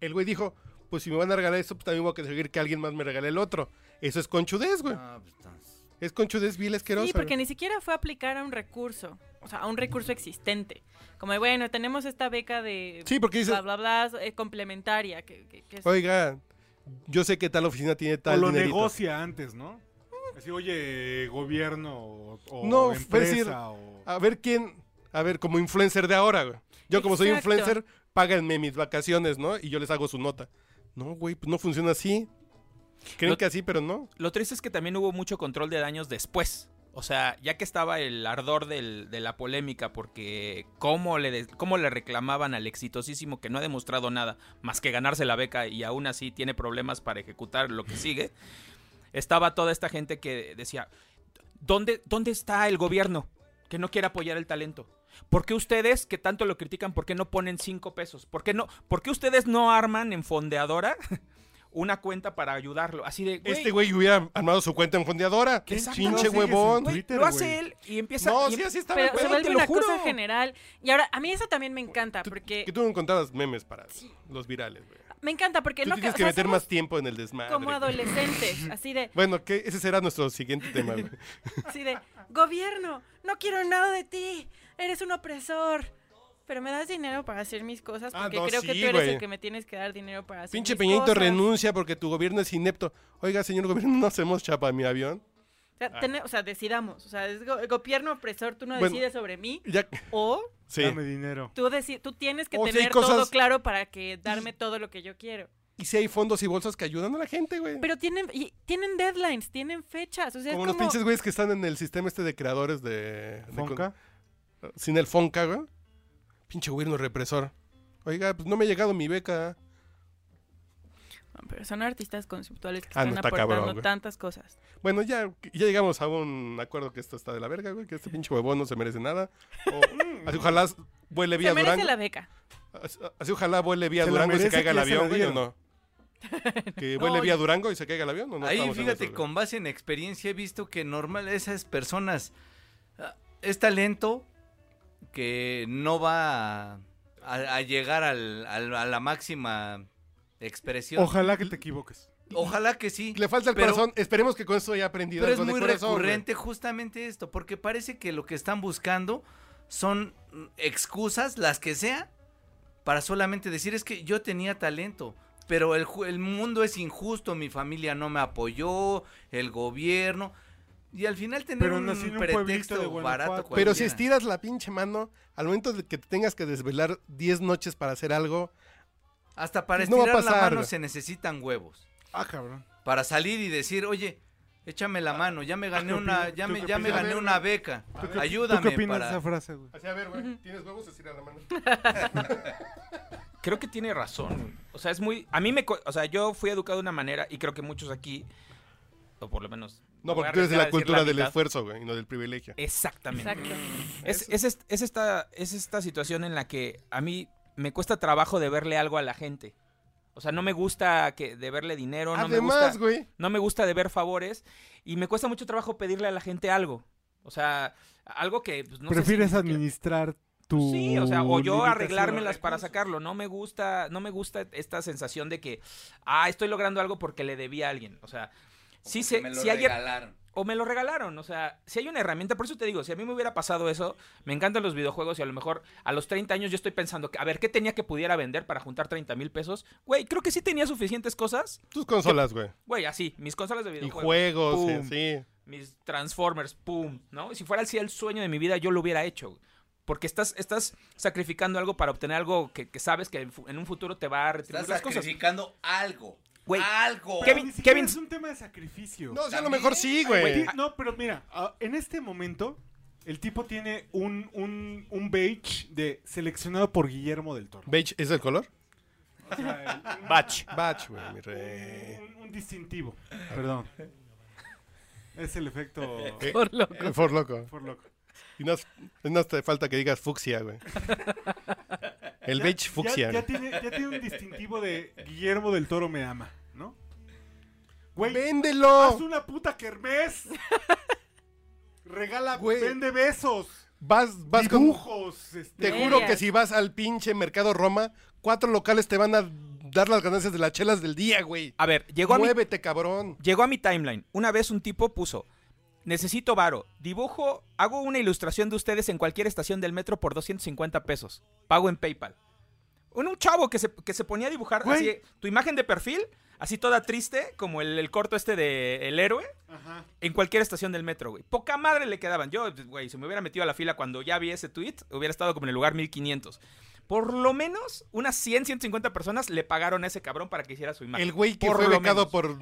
El güey dijo, pues si me van a regalar esto, pues también voy a conseguir que alguien más me regale el otro. Eso es conchudez, güey. Ah, pues, entonces, Es conchudez vil asquerosa. Sí, porque güey. ni siquiera fue a aplicar a un recurso, o sea, a un recurso existente. Como, bueno, tenemos esta beca de Sí, porque dices, bla, bla, bla, eh, complementaria, que, que- que es- oiga, yo sé que tal oficina tiene O tal lo dinerito". negocia antes, ¿no? Así, oye, gobierno o, o No, es empresa decir, o... A ver quién, a ver, como influencer de ahora, güey. Yo como soy Exacto. influencer, páganme mis vacaciones, ¿no? Y yo les hago su nota. No, güey, pues no funciona así. Creen No- que así, pero no. Lo triste es que también hubo mucho control de daños después. O sea, ya que estaba el ardor del- de la polémica, porque cómo le, de- cómo le reclamaban al exitosísimo que no ha demostrado nada más que ganarse la beca y aún así tiene problemas para ejecutar lo que sigue, estaba toda esta gente que decía, ¿dónde, dónde está el gobierno que no quiere apoyar el talento? ¿Por qué ustedes que tanto lo critican, por qué no ponen cinco pesos? ¿Por qué, no, ¿por qué ustedes no arman en fondeadora <laughs> una cuenta para ayudarlo? Así de... "Güey, Este güey hubiera armado su cuenta en fondeadora. ¿Qué Qué exacto? pinche Sigues en huevón. Güey, Twitter, lo hace güey. él y empieza. No, y sí, em- así estaba, Pero güey. se Güey, te vuelve lo una juro. cosa general. Y ahora, a mí eso también me encanta, Tú- porque... Que tú no encontrabas memes para los virales, güey. Me encanta, porque Tú no... ca- tienes o que sea, meter somos más tiempo en el desmadre. como güey. adolescentes, así de, Bueno, que ese será nuestro siguiente tema, <laughs> güey. así de, gobierno, no quiero nada de ti, eres un opresor, pero me das dinero para hacer mis cosas, Ah, porque no, creo que sí, tú eres güey. el que me tienes que dar dinero para hacer Pinche mis Peñito cosas. renuncia porque tu gobierno es inepto. Oiga, señor gobierno, no hacemos chapa en mi avión. O sea, tene- o sea, decidamos, o sea, es go- gobierno opresor, tú no Bueno. decides sobre mí, Ya, o sí. Dame dinero. tú, deci- tú tienes que O si hay tener todo cosas- claro para que darme todo lo que yo quiero. Y si hay fondos y bolsas que ayudan a la gente, güey. Pero tienen, y tienen deadlines, tienen fechas, o sea, Como es los como... pinches güeyes que están en el sistema este de creadores de... de con- Fonca. sin el Fonca, güey. Pinche gobierno represor. Oiga, pues no me ha llegado mi beca. No, pero son artistas conceptuales que Ah, no, están está cabrón, aportando güey. tantas cosas. Bueno, ya, ya llegamos a un acuerdo que esto está de la verga, güey. Que este pinche huevón no se merece nada. O- así ojalá vuele vía Se merece Durango. la beca. Así, así ojalá vuele vía Se la Durango y se merece caiga el que ya se la avión, güey, o dieron. no. <laughs> Que vuele No, vía yo- Durango y se caiga el avión, ¿o no? Ahí, estamos en fíjate, eso, güey? con base en experiencia he visto que normal esas personas ah, es talento que no va a, a- a llegar al- al- a la máxima expresión. Ojalá que te equivoques. Ojalá que sí. Le falta el pero- corazón. Esperemos que con esto haya aprendido Pero es algo de muy corazón, güey. recurrente justamente esto, porque parece que lo que están buscando son mm, excusas, las que sea, para solamente decir es que yo tenía talento, pero el, ju- el mundo es injusto, mi familia no me apoyó, el gobierno, y al final tener Pero un, nací en un pueblito pretexto de barato. Guanajuato. Pero si cualquiera. estiras la pinche mano, al momento de que te tengas que desvelar 10 noches para hacer algo, Hasta pues para no va a estirar la pasar, mano güey. se necesitan huevos. Ah, cabrón. Para salir y decir, oye, échame la mano, ya me gané una, ya ¿Tú me, qué ya me opinas? gané una beca, ¿Tú qué ayúdame opinas de para... esa frase, güey? Así, a ver, güey, ¿tienes huevos? Estira la mano. Creo que tiene razón. güey. O sea, es muy. A mí me. co- O sea, yo fui educado de una manera y creo que muchos aquí. O por lo menos. No, voy a porque tú eres de la arriesgar a decir cultura del mitad. esfuerzo, güey, y no del privilegio. Exactamente. Exacto. Es, es est- es esta, es esta situación en la que a mí me cuesta trabajo de verle algo a la gente. O sea, no me gusta que, de verle dinero, no me gusta. Además, güey, No me gusta de ver favores y me cuesta mucho trabajo pedirle a la gente algo. O sea, algo que pues, no sé si ¿Prefieres ni siquiera- Pues administrar tu... Sí, o sea, o yo limitación? arreglármelas para sacarlo. No me gusta, no me gusta esta sensación de que, ah, estoy logrando algo porque le debí a alguien. O sea, sí Porque se, me lo si ayer regalaron. o me lo regalaron. O sea, si hay una herramienta, por eso te digo, si a mí me hubiera pasado eso, me encantan los videojuegos y a lo mejor a los 30 años yo estoy pensando, que, a ver, ¿qué tenía que pudiera vender para juntar 30 mil pesos? Güey, creo que sí tenía suficientes cosas. tus consolas, güey. Güey, así, mis consolas de Y videojuegos. juegos, y Pum. así. mis Transformers, pum, ¿no? Si fuera así el sueño de mi vida, yo lo hubiera hecho. Porque estás, estás sacrificando algo para obtener algo que, que sabes que en, fu- en un futuro te va a retribuir Estás las cosas. sacrificando algo. Güey, Algo. Kevin- Ni siquiera Kevin- es un tema de sacrificio. No, eh, o sea, a lo También, mejor sí, Ti- güey. No, pero mira, ah, en este momento el tipo tiene un, un, un beige de seleccionado por Guillermo del Toro. ¿Beige es el color? O sea, un- Batch. Batch, güey, mi rey. un, un distintivo. Perdón. Es el efecto Por loco. por Eh, loco. por loco. Y no, hace- no hace falta que digas fucsia, güey. El Ya- beige fucsia. Ya, ya tiene, ya tiene un distintivo de Guillermo del Toro me ama, ¿no? güey. Güey, haz ¡Véndelo! una puta <laughs> kermés. Regala, Güey. vende besos, Vas, vas con... dibujos, este, Te Medias. juro que si vas al pinche mercado Roma, cuatro locales te van a dar las ganancias de las chelas del día, güey. A ver, llegó a mi Muévete, cabrón. Llegó a mi timeline. Una vez un tipo puso, necesito varo, dibujo, hago una ilustración de ustedes en cualquier estación del metro por 250 pesos. Pago en PayPal. Un, un chavo que se, que se ponía a dibujar Güey. así, tu imagen de perfil, así toda triste, como el, el corto este de El Héroe, Ajá. en cualquier estación del metro, güey. Poca madre le quedaban. Yo, pues, güey, si me hubiera metido a la fila cuando ya vi ese tweet, hubiera estado como en el lugar 1500. Por lo menos unas 100, 150 personas le pagaron a ese cabrón para que hiciera su imagen. El güey que Por fue lo becado menos. por,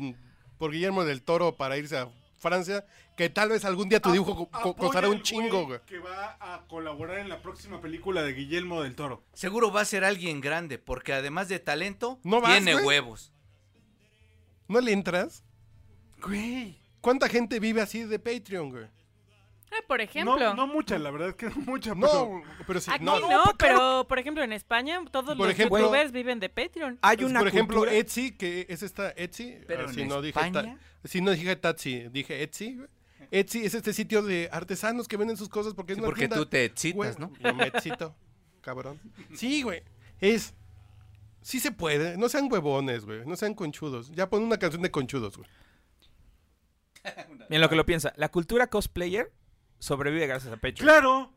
por Guillermo del Toro para irse a Francia, que tal vez algún día tu dibujo co- co- Apoya costará al un chingo, güey. Que va a colaborar en la próxima película de Guillermo del Toro. Seguro va a ser alguien grande, porque además de talento, ¿No vas, tiene güey? huevos. ¿No le entras? Güey. ¿Cuánta gente vive así de Patreon, güey? Ah, por ejemplo. No, no mucha, la verdad es que no mucha. pero- No, pero sí. Aquí no, no, no. pero por ejemplo en España todos Por los ejemplo- youtubers viven de Patreon. Hay Pues, una por ejemplo, cultura- Etsy, que es esta Etsy. Pero ah, en si no dije España. ta- si no dije Tatsy, dije Etsy. güey. Etsy es este sitio de artesanos que venden sus cosas porque es Sí, una porque tienda. tú te excitas, Güey, ¿no? yo me excito, cabrón. Sí, güey. Es. Sí se puede. No sean huevones, güey. No sean conchudos. Ya pon una canción de conchudos, güey. En lo que lo piensa, la cultura cosplayer sobrevive gracias a Patreon. Claro.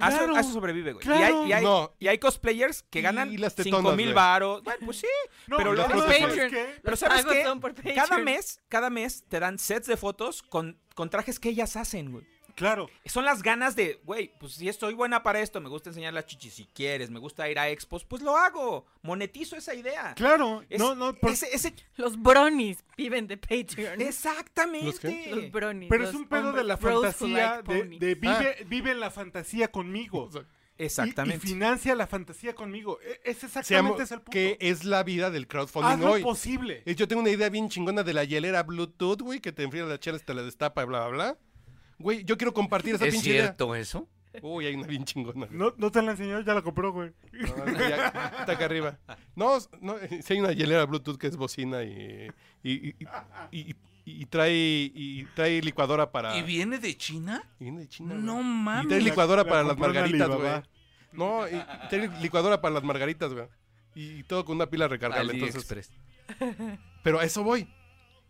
A eso- claro. a eso sobrevive, güey. Claro. y, hay, y hay- No. y hay cosplayers que Y ganan las tetonas, 5 mil güey. baros. Bueno, pues sí. No, pero lo no, hacen no, por ¿sabes Patreon. qué? Pero Los ¿sabes pagos qué? son por Patreon. Cada mes, cada mes te dan sets de fotos con, con trajes que ellas hacen, güey. Claro. Son las ganas de, güey, pues si estoy buena para esto, me gusta enseñar las chichis si quieres, me gusta ir a expos, pues lo hago. Monetizo esa idea. Claro. Es- no, no, por- ese- ese- Los bronies viven de Patreon. ¿Los exactamente. qué? Los bronies. pero es los un pedo de hombres- la bros who fantasía. like De, ponies. de vive, vive la fantasía conmigo. Y- Exactamente. Y, financia la fantasía conmigo. E- Es Seamos- exactamente ese el punto. que es la vida del crowdfunding Haz lo hoy. posible. Eh, Yo tengo una idea bien chingona de la hielera Bluetooth, güey, que te enfría la chela, te la destapa, bla, bla, bla. Güey, yo quiero compartir esa ¿Es pinche cierto eso? idea. Uy, hay una bien chingona. güey. No, no te la enseñó, ya la compró, güey. No, no, ya, está acá arriba. No, s- no, eh, sí hay una hielera Bluetooth que es bocina y, y, y, y- y- y trae, y trae licuadora para... ¿Y viene de China? Y viene de China, No güey. Y mames. trae licuadora La para las compró en margaritas, güey. Alibaba. No, y, y trae licuadora para las margaritas, güey. Y, todo con una pila recargable. Entonces, AliExpress. Pero a eso voy.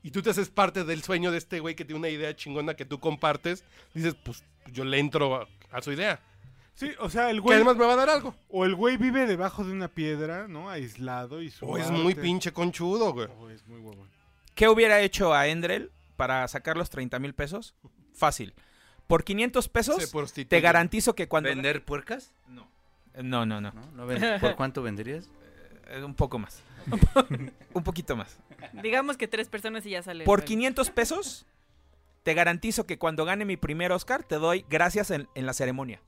Y tú te haces parte del sueño de este güey que tiene una idea chingona que tú compartes. Dices, pues yo le entro a, a su idea. Sí, o sea, el Que güey. además me va a dar algo. O el güey vive debajo de una piedra, ¿no? Aislado y su. O es muy arte. pinche conchudo, güey. O es muy huevón. ¿Qué hubiera hecho a Endrel para sacar los 30 mil pesos? Fácil. Por 500 Se pesos, prostituye. te garantizo que cuando... ¿Vender puercas? No, no, no. No, no <laughs> vende. ¿Por cuánto venderías? Eh, Un poco más. un poquito más. Digamos que tres personas y ya sale. el Por juego. 500 pesos, te garantizo que cuando gane mi primer Oscar, te doy gracias en, en la ceremonia.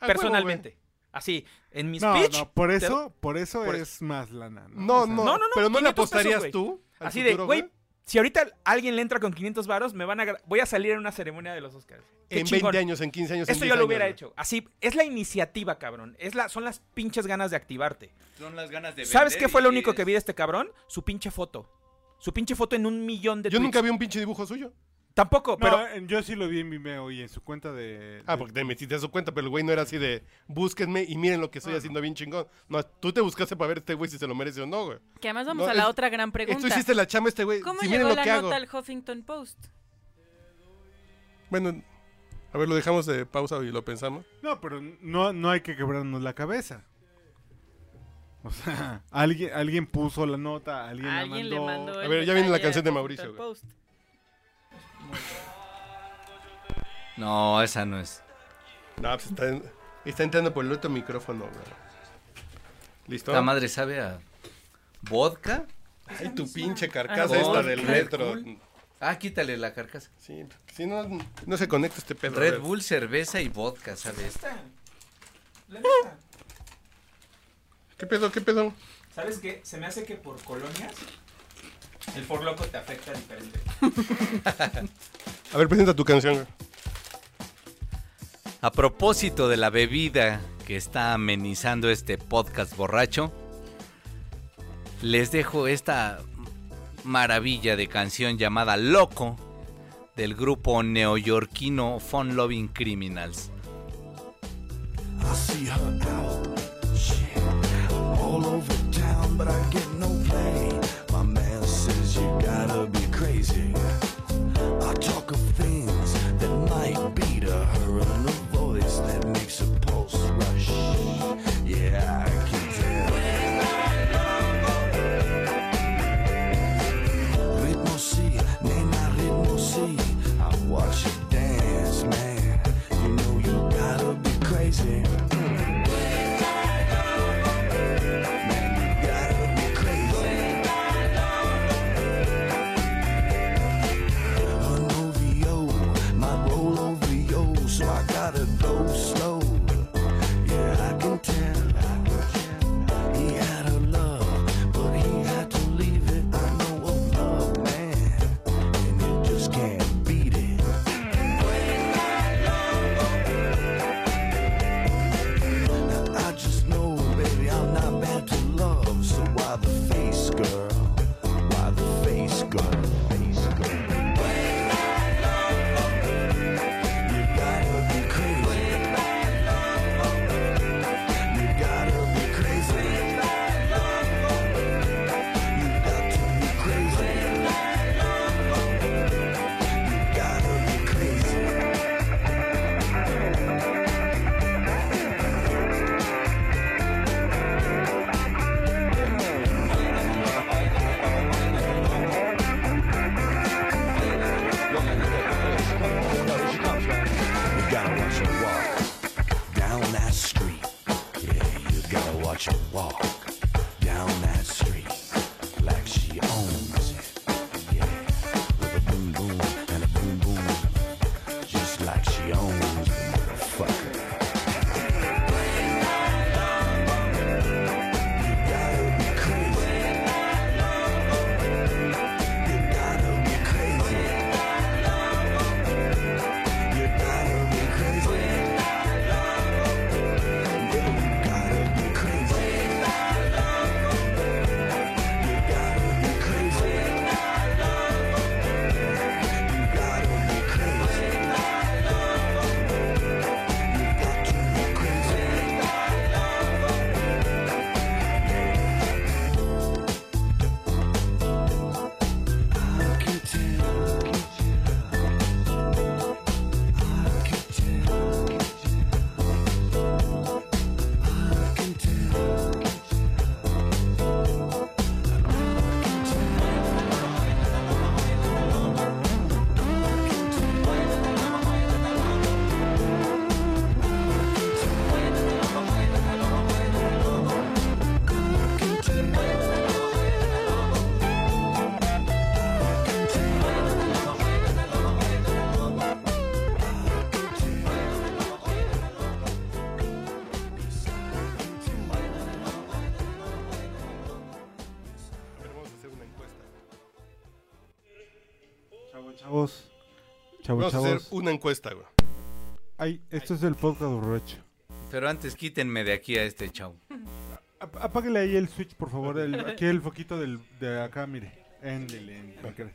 A personalmente. Así, en mi No, speech. no, por te eso, por eso por es más lana. huevo, güey. No, O sea, no, No, no, no, Pero no le 500 pesos, apostarías güey. tú. al Así de, futuro, güey, si ahorita alguien le entra con 500 varos, me van a gra- voy a salir en una ceremonia de los Oscars. Qué En chingón. 20 años, en 15 años. en Esto 10 yo lo años, hubiera güey. hecho. Así, es la iniciativa, cabrón. Es la, son las pinches ganas de activarte. Son las ganas de ¿Sabes qué fue lo único que vi de este cabrón? Su pinche foto. Su pinche foto en un millón de Yo nunca tweets. vi un pinche dibujo suyo. Tampoco, No, pero en- yo sí lo vi en Vimeo y en su cuenta de. Ah, de- porque te metiste a su cuenta, pero el güey no era así de búsquenme y miren lo que Ah. estoy haciendo bien chingón. No, tú te buscaste para ver este güey si se lo merece o no, güey. Que además vamos No, a la es- otra gran Tú pregunta. hiciste la chamba este güey. ¿Cómo Si miren llegó lo la que nota hago. al Huffington Post? Bueno, a ver, lo dejamos de pausa y lo pensamos. No, pero no, no hay que quebrarnos la cabeza. O sea, <laughs> alguien, alguien puso la nota, alguien, la Alguien mandó. le mandó. A el ver, ya viene la detalle canción de al Mauricio, Huffington Post. No, esa no es. No, pues está, en- está entrando por el otro micrófono, güey. ¿Listo? Esta madre sabe a vodka, Ay, tu pinche carcasa Ah, esta Gold, del Red retro. Bull. Ah, quítale la carcasa. Sí, si no, no se conecta este pedo. Red Bull, cerveza y vodka, ¿sabes? La neta, ¿Qué pedo, qué pedo? ¿Sabes qué? Se me hace que por colonias el forloco te afecta diferente. A ver, presenta tu canción. güey. A propósito de la bebida que está amenizando este podcast borracho, les dejo esta maravilla de canción llamada Loco del grupo neoyorquino Fun Loving Criminals. I see her out, shit, all over town, but I get no play. My man says you gotta be crazy. I talk of things that might be to her in a voice that makes her pulse rush. Yeah, I can tell. Ritmo C, nena Ritmo C. I watch her dance, man. You know you gotta be crazy. Mm. Man, you gotta be crazy. An OVO, my roll OVO, so I gotta go slow. Yeah, I can tell. He had her love, but he had to leave it. I know a love man, and it just can't beat it. I just know, baby, I'm not bad to love. So why the face, girl? Why the face, girl? Face, girl. You gotta be crazy. You gotta be crazy. You got to be crazy. You gotta be crazy. You gotta watch her walk down that street. Yeah, you gotta watch her walk down that street like she owns it. Yeah, with a boom boom and a boom boom, just like she owns the motherfucker. You gotta be crazy. You gotta be crazy. You gotta be crazy. You gotta be crazy. You gotta be crazy. You gotta be crazy. You got to be crazy. I can tell. I can tell. I can tell. A ver, vamos a hacer una encuesta. Chavos. Chavos, Vamos a hacer chavos. una encuesta, güey. Ay, esto es el podcast borracho. Pero antes quítenme de aquí a este chau. Ap- Apáguele ahí el switch, por favor. <laughs> el- aquí el foquito del, de acá, mire. Éndele, éndele.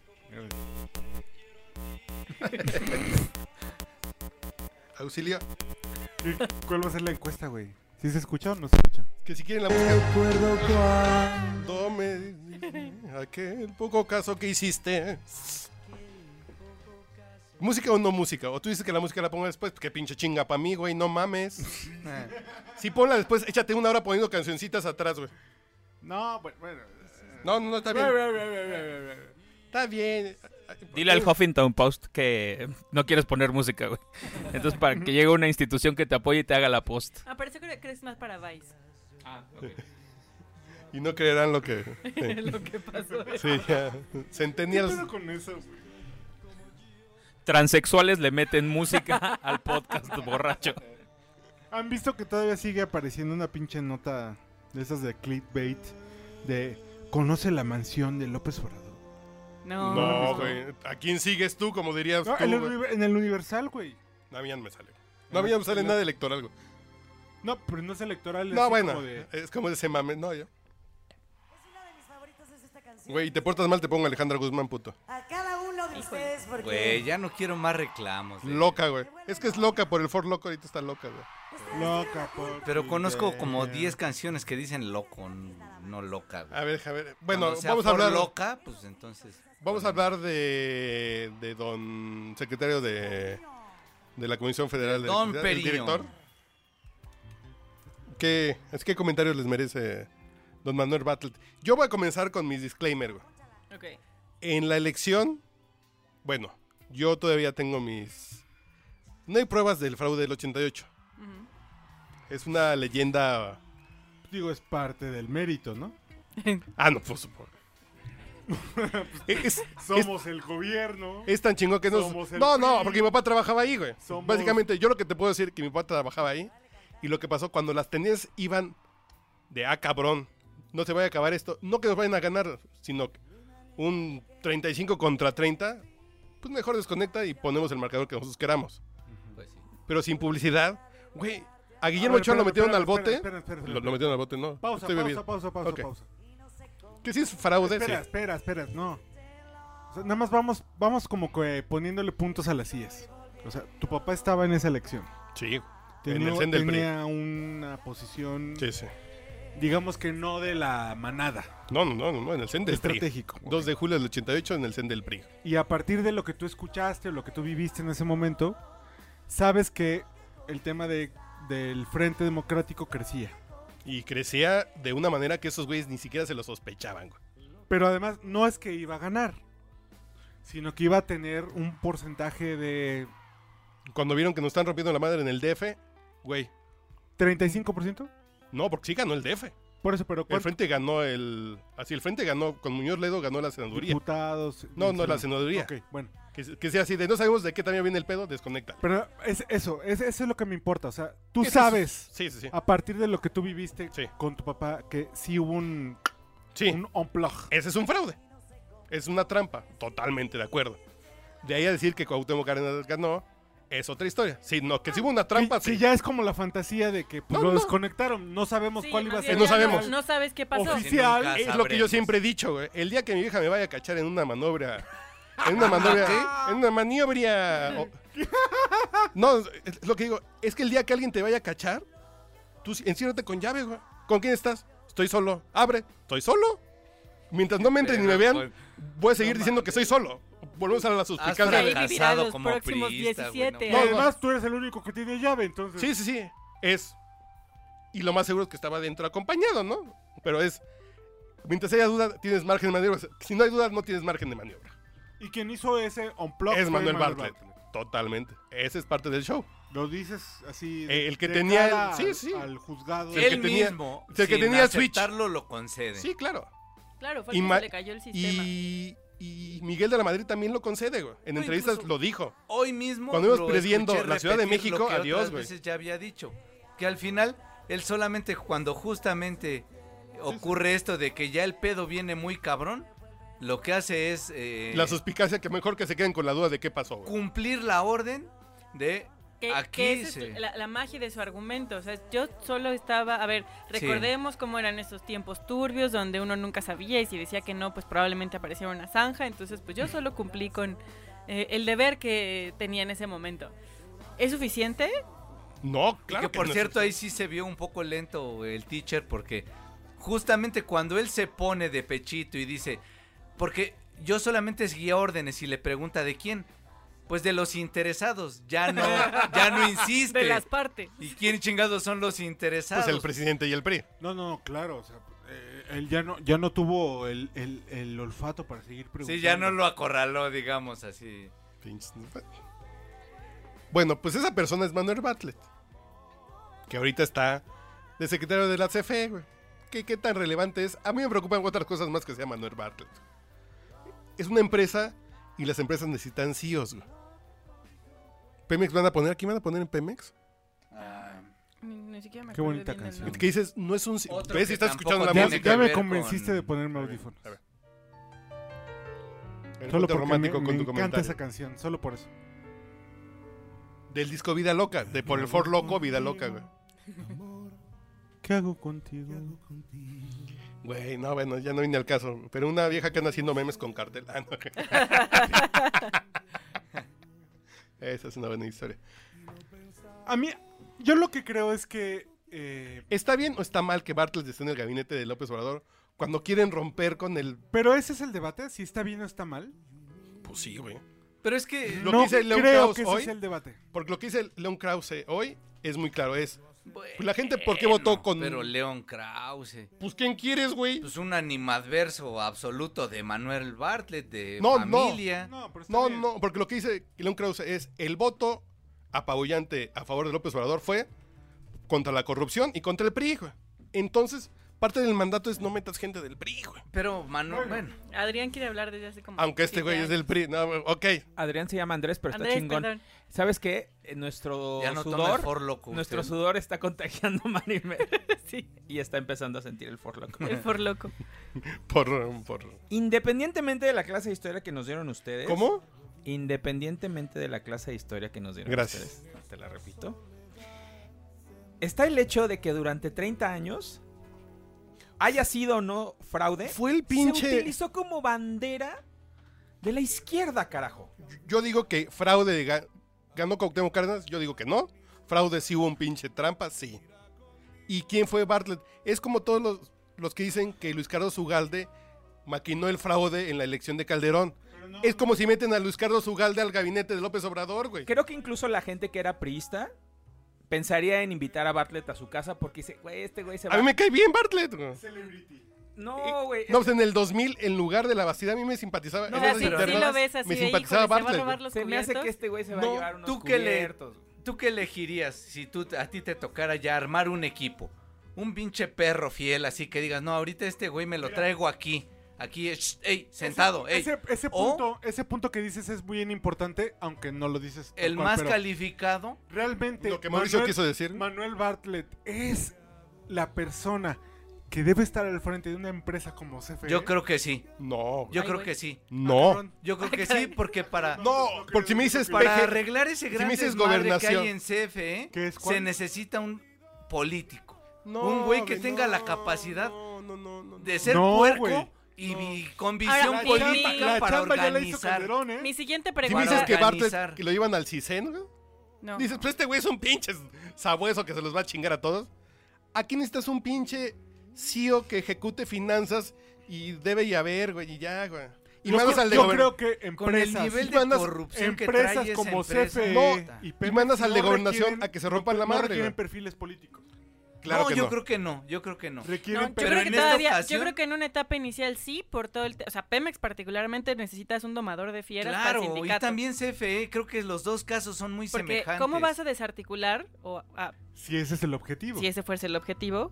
Auxilio. ¿Y ¿Cuál va a ser la encuesta, güey? ¿Si se escucha o no se escucha? Que si quieren la música. Cuando me <laughs> aquel poco caso que hiciste. ¿Música o no música? O tú dices que la música la pongo después, que pinche chinga pa' mí, güey, <laughs> no mames. Si ponla después, échate una hora poniendo cancioncitas atrás, güey. No, bueno. bueno eh, No, no, no, está bien. Está bien. Dile al Huffington Post que no quieres poner música, güey. Entonces, para que llegue una Ah, institución que te apoye y te haga la post. Aparece que es más para Vice. Ah, ok. Y no creerán lo que... <laughs> lo que pasó. Sí, ya. ¿Qué Centennials. pedo con eso, güey? Transexuales le meten música al podcast borracho. ¿Han visto que todavía sigue apareciendo una pinche nota de esas de clickbait de conoce la mansión de López Obrador? No, No, güey. ¿A quién sigues tú, como dirías No, tú? en, el, güey? uni- en el Universal, güey. No, a mí ya no me sale. No, a mí ya no me sale No. nada de electoral, güey. No, pero no es electoral. es No, así bueno. como de- Es como ese mame. No, ya. Es una de mis favoritas es esta canción. Güey, te portas mal, te pongo Alejandra Guzmán, puto. A cada uno de ustedes porque Güey, ya no quiero más reclamos. eh. de- Loca, güey. Es que es loca por el Ford Loco, ahorita está loca, güey. ustedes Loca, por Pero ti, conozco güey. como 10 canciones que dicen loco, n- no loca. güey. A ver, a ver. Bueno, Cuando sea vamos a por hablar. loca, pues entonces. Vamos a hablar de, de don secretario de, de la Comisión Federal de Don Electricidad, el Periño. director. ¿Qué, es, ¿Qué comentarios les merece don Manuel Battle? Yo voy a comenzar con mis disclaimer. güey. Ok. En la elección, bueno, yo todavía tengo mis... No hay pruebas del fraude del 88. Es una leyenda... Digo, es parte del mérito, ¿no? Ah, no, por supuesto. Es- es- Somos el gobierno. Es tan chingón que no. Somos el No, no, PRI. porque mi papá trabajaba ahí, güey. Somos- Básicamente, yo lo que te puedo decir que mi papá trabajaba ahí. Y lo que pasó cuando las tenías iban de ah, cabrón. No se vaya a acabar esto. No que nos vayan a ganar, sino que un 35 contra 30. Pues mejor desconecta y ponemos el marcador que nosotros queramos. Pues sí. Pero sin publicidad, güey. A Guillermo A ver, Ochoa lo espérame, metieron al espérame, bote. espérame, espérame, Lo, espérame. lo metieron al bote, no. Pausa, estoy pausa, bebido. pausa, pausa, Ok. pausa. Que sí es fraude, sí. Espera, espera, espera, no. O sea, nada más vamos, vamos como que poniéndole puntos a las IES. O sea, tu papá estaba en esa elección. Sí. En Tenía, el Zen del PRI. tenía una posición, Sí, sí. digamos que no de la manada, No, no, no, no, en el CEN del PRI. estratégico. 2 de julio del 88 en el CEN del PRI. Y a partir de lo que tú escuchaste o lo que tú viviste en ese momento, sabes que el tema de, del Frente Democrático crecía. Y crecía de una manera que esos güeyes ni siquiera se lo sospechaban, güey. Pero además no es que iba a ganar, sino que iba a tener un porcentaje de Cuando vieron que nos están rompiendo la madre en el DF, güey, 35%. no, porque sí ganó el DF. Por eso, pero El ¿cuántos frente ganó el. Así, el frente ganó, con Muñoz Ledo ganó la senaduría. diputados? No, no, la senaduría. senaduría. Ok, bueno. Que, se- que sea así de no sabemos de qué también viene el pedo, desconecta. Pero es eso, es, eso es lo que me importa. O sea, tú Eso es- sabes, Sí, sí, sí. a partir de lo que tú viviste Sí. con tu papá, que sí hubo un, Sí. un unplug. Ese es un fraude. Es una trampa. Totalmente de acuerdo. De ahí a decir que Cuauhtémoc Cárdenas ganó, es otra historia. Sí, no, que sí hubo una trampa, que, que sí. ya es como la fantasía de que pues, No, lo no. desconectaron. No sabemos Sí, cuál más iba a bien ser. Eh, no ya sabemos. No sabes qué pasó. Ofici- Que nunca Es lo que yo sabremos. siempre he dicho, güey. El día que mi vieja me vaya a cachar en una maniobra. En una maniobra. En una maniobra. o- No, es- es lo que digo es que el día que alguien te vaya a cachar, tú sí- enciérrate con llave, güey. ¿Con quién estás? Estoy solo. Abre. Estoy solo. Mientras no me entren ni me vean, voy a seguir diciendo que soy solo. Volvemos a la Has suspicacia. de- fracasado. Ahí vivirá fracasado los como próximos priista, güey, no 17 Y No, mames. años. además tú eres el único que tiene llave, entonces. Sí, sí, sí. Es. Y lo más seguro es que estaba dentro acompañado, ¿no? Pero es. Mientras haya duda, tienes margen de maniobra. Si no hay duda, no tienes margen de maniobra. Y quien hizo ese unplug es fue Manuel Bartlett. Totalmente. Ese es parte del show. Lo dices así. Eh, el que tenía el- cara sí, al- sí. Al juzgado. Sí, el que Él tenía- mismo, el que sin tenía Switch. aceptarlo, lo concede. Sí, claro. Claro, fue Y que ma- se le cayó el sistema. Y, y Miguel de la Madrid también lo concede, güey. En No, entrevistas incluso- lo dijo. Hoy mismo. Cuando íbamos lo perdiendo escuché la Ciudad de repetir lo México, que adiós, otras güey. veces ya había dicho. Que al final, él solamente cuando justamente ocurre esto de que ya el pedo viene muy cabrón, lo que hace es. eh, La suspicacia que mejor que se queden con la duda de qué pasó, güey. cumplir la orden de Que, aquí que esa se- es la, la magia de su argumento. O sea, yo solo estaba. A ver, recordemos cómo eran esos tiempos turbios donde uno nunca sabía y si decía que no, pues probablemente aparecía una zanja. Entonces, pues yo solo cumplí con eh, el deber que tenía en ese momento. ¿Es suficiente? No, Y claro. que por no es cierto eso. Pues ahí sí se vio un poco lento el teacher porque justamente cuando él se pone de pechito y dice, porque yo solamente seguía órdenes y le pregunta de quién, pues de los interesados, ya no, ya no insiste. <laughs> De las partes. ¿Y quién chingados son los interesados? Pues el presidente y el PRI. No, no, no, claro. O sea, eh, él ya no, ya no tuvo el, el- el olfato para seguir preguntando. sí, ya no lo acorraló, digamos así. Pinches- Bueno, pues esa persona es Manuel Bartlett. Que ahorita está de secretario de la CFE, E, güey. qué, qué tan relevante es. A mí me preocupan otras cosas más que se llama Manuel Bartlett. Es una empresa y las empresas necesitan CEOs. güey. Pemex van a poner, aquí van a poner en Pemex? Ni, ni siquiera me Qué acuerdo bonita bien del canción. nombre. Que dices, no es un CEO. Otro ¿Ves? que Estás tampoco escuchando la tiene Ya, música. ya me ver con- convenciste de ponerme audífonos. A ver, El Solo punto porque me, romántico con me tu encanta comentario. esa canción, solo por eso. Del disco Vida Loca, de por el For Loco, Vida Loca, güey. ¿Qué hago contigo? Güey, no, bueno, ya no vine al caso. Pero una vieja que anda haciendo memes con cartel. Ah, no. <laughs> Esa es una buena historia. A mí, yo lo que creo es que... eh, ¿Está bien o está mal que Bartlett esté en el gabinete de López Obrador cuando quieren romper con el... pero ese es el debate, si está bien o está mal. Pues sí, güey. Pero es que Lo no que dice León creo Krause que ese hoy, es el debate. porque lo que dice León Krause hoy es muy claro, es... pues, la gente, ¿por qué votó con...? Pero León Krause. Pues, ¿quién quieres, güey? Pues un animadverso absoluto de Manuel Bartlett, de No, no. familia. No, pero está No, bien. no, porque lo que dice León Krause es el voto apabullante a favor de López Obrador fue contra la corrupción y contra el PRI, güey. Entonces, parte del mandato es no metas gente del PRI, güey. Pero Manuel, bueno, Adrián quiere hablar desde hace como. Aunque este siete güey es años. del PRI. No, güey, ok. Adrián se llama Andrés, pero Andrés, está chingón. perdón. ¿Sabes qué? Eh, Nuestro ya no toma el sudor. forloco. Nuestro usted. sudor está contagiando a <laughs> Maribel Sí, y está empezando a sentir <laughs> el forloco. el forloco. Por, por... Independientemente de la clase de historia que nos dieron ustedes. ¿Cómo? Independientemente de la clase de historia que nos dieron Gracias. ustedes. Te la repito. Está el hecho de que durante 30 años haya sido o no fraude. Fue el Se pinche... utilizó como bandera de la izquierda, carajo. Yo digo que fraude de ga- ganó Cuauhtémoc Cárdenas, yo digo que no. Fraude sí hubo un pinche trampa, sí. ¿Y quién fue Bartlett? Es como todos los, los que dicen que Luis Carlos Ugalde maquinó el fraude en la elección de Calderón. es como si meten a Luis Carlos Ugalde al gabinete de López Obrador, güey. Creo que incluso la gente que era priista pensaría en invitar a Bartlett a su casa porque dice, güey, este güey se va. A mí me cae bien Bartlett, güey. No, güey. No, pues en el 2000, en lugar de la Bastida, a mí me simpatizaba. o en sea, esas sí, sí internas, lo ves así Me de, simpatizaba "Híjole, se va a Bartlett. robar güey. los se me hace que cubiertos". este güey se va No, a llevar unos tú que le- cubiertos. ¿Tú qué elegirías si tú, a ti te tocara ya armar un equipo? Un pinche perro fiel, así que digas, no, ahorita este güey me lo traigo aquí. Aquí, sh- ey, sentado, ey. Ese, ese O- punto, ese punto que dices es bien importante, aunque no lo dices. tal el cual, más pero calificado. Realmente, Lo que Mauricio Manuel- quiso decir. Manuel Bartlett es la persona que debe estar al frente de una empresa como CFE. Yo creo que sí. No, güey. Yo Ay, creo güey. que sí. no. Cabrón. Yo creo que sí, porque para. No, porque si me dices Para peje- arreglar ese gran me dices desmadre gobernación. que hay en CFE, ¿Qué es cuál? se necesita un político. No, un güey que tenga la no, capacidad no, no, no, no, De no. ser No, puerco güey. y No. vi- con visión Ahora, mi- política mi- la para chamba ya la hizo organizar. Calderón, ¿eh? Mi siguiente Si me pregunta. dices que Bartlett organizar. que lo llevan al CISEN, güey, No. dices, pues este güey es un pinche sabueso que se los va a chingar a todos. Aquí necesitas un pinche CEO que ejecute finanzas y debe y haber, güey, y ya, güey. Y Yo mandas creo- al de yo gober- creo que con el empresas, nivel y de mandas corrupción que trae empresas esa como empresa. E. CFE No, y y Pemex mandas al de no gobernación requieren- a que se rompan la No madre. requieren güey. perfiles políticos. Claro no, que yo no. creo que no, yo creo que no. No, Requieren yo pero creo en que esta todavía, ocasión- yo creo que en una etapa inicial sí, por todo el, te- o sea, Pemex particularmente necesitas un domador de fieras para el Claro, y sindicato. también CFE, creo que los dos casos son muy porque semejantes. cómo vas a desarticular o a- si ese es el objetivo. si ese fuese el objetivo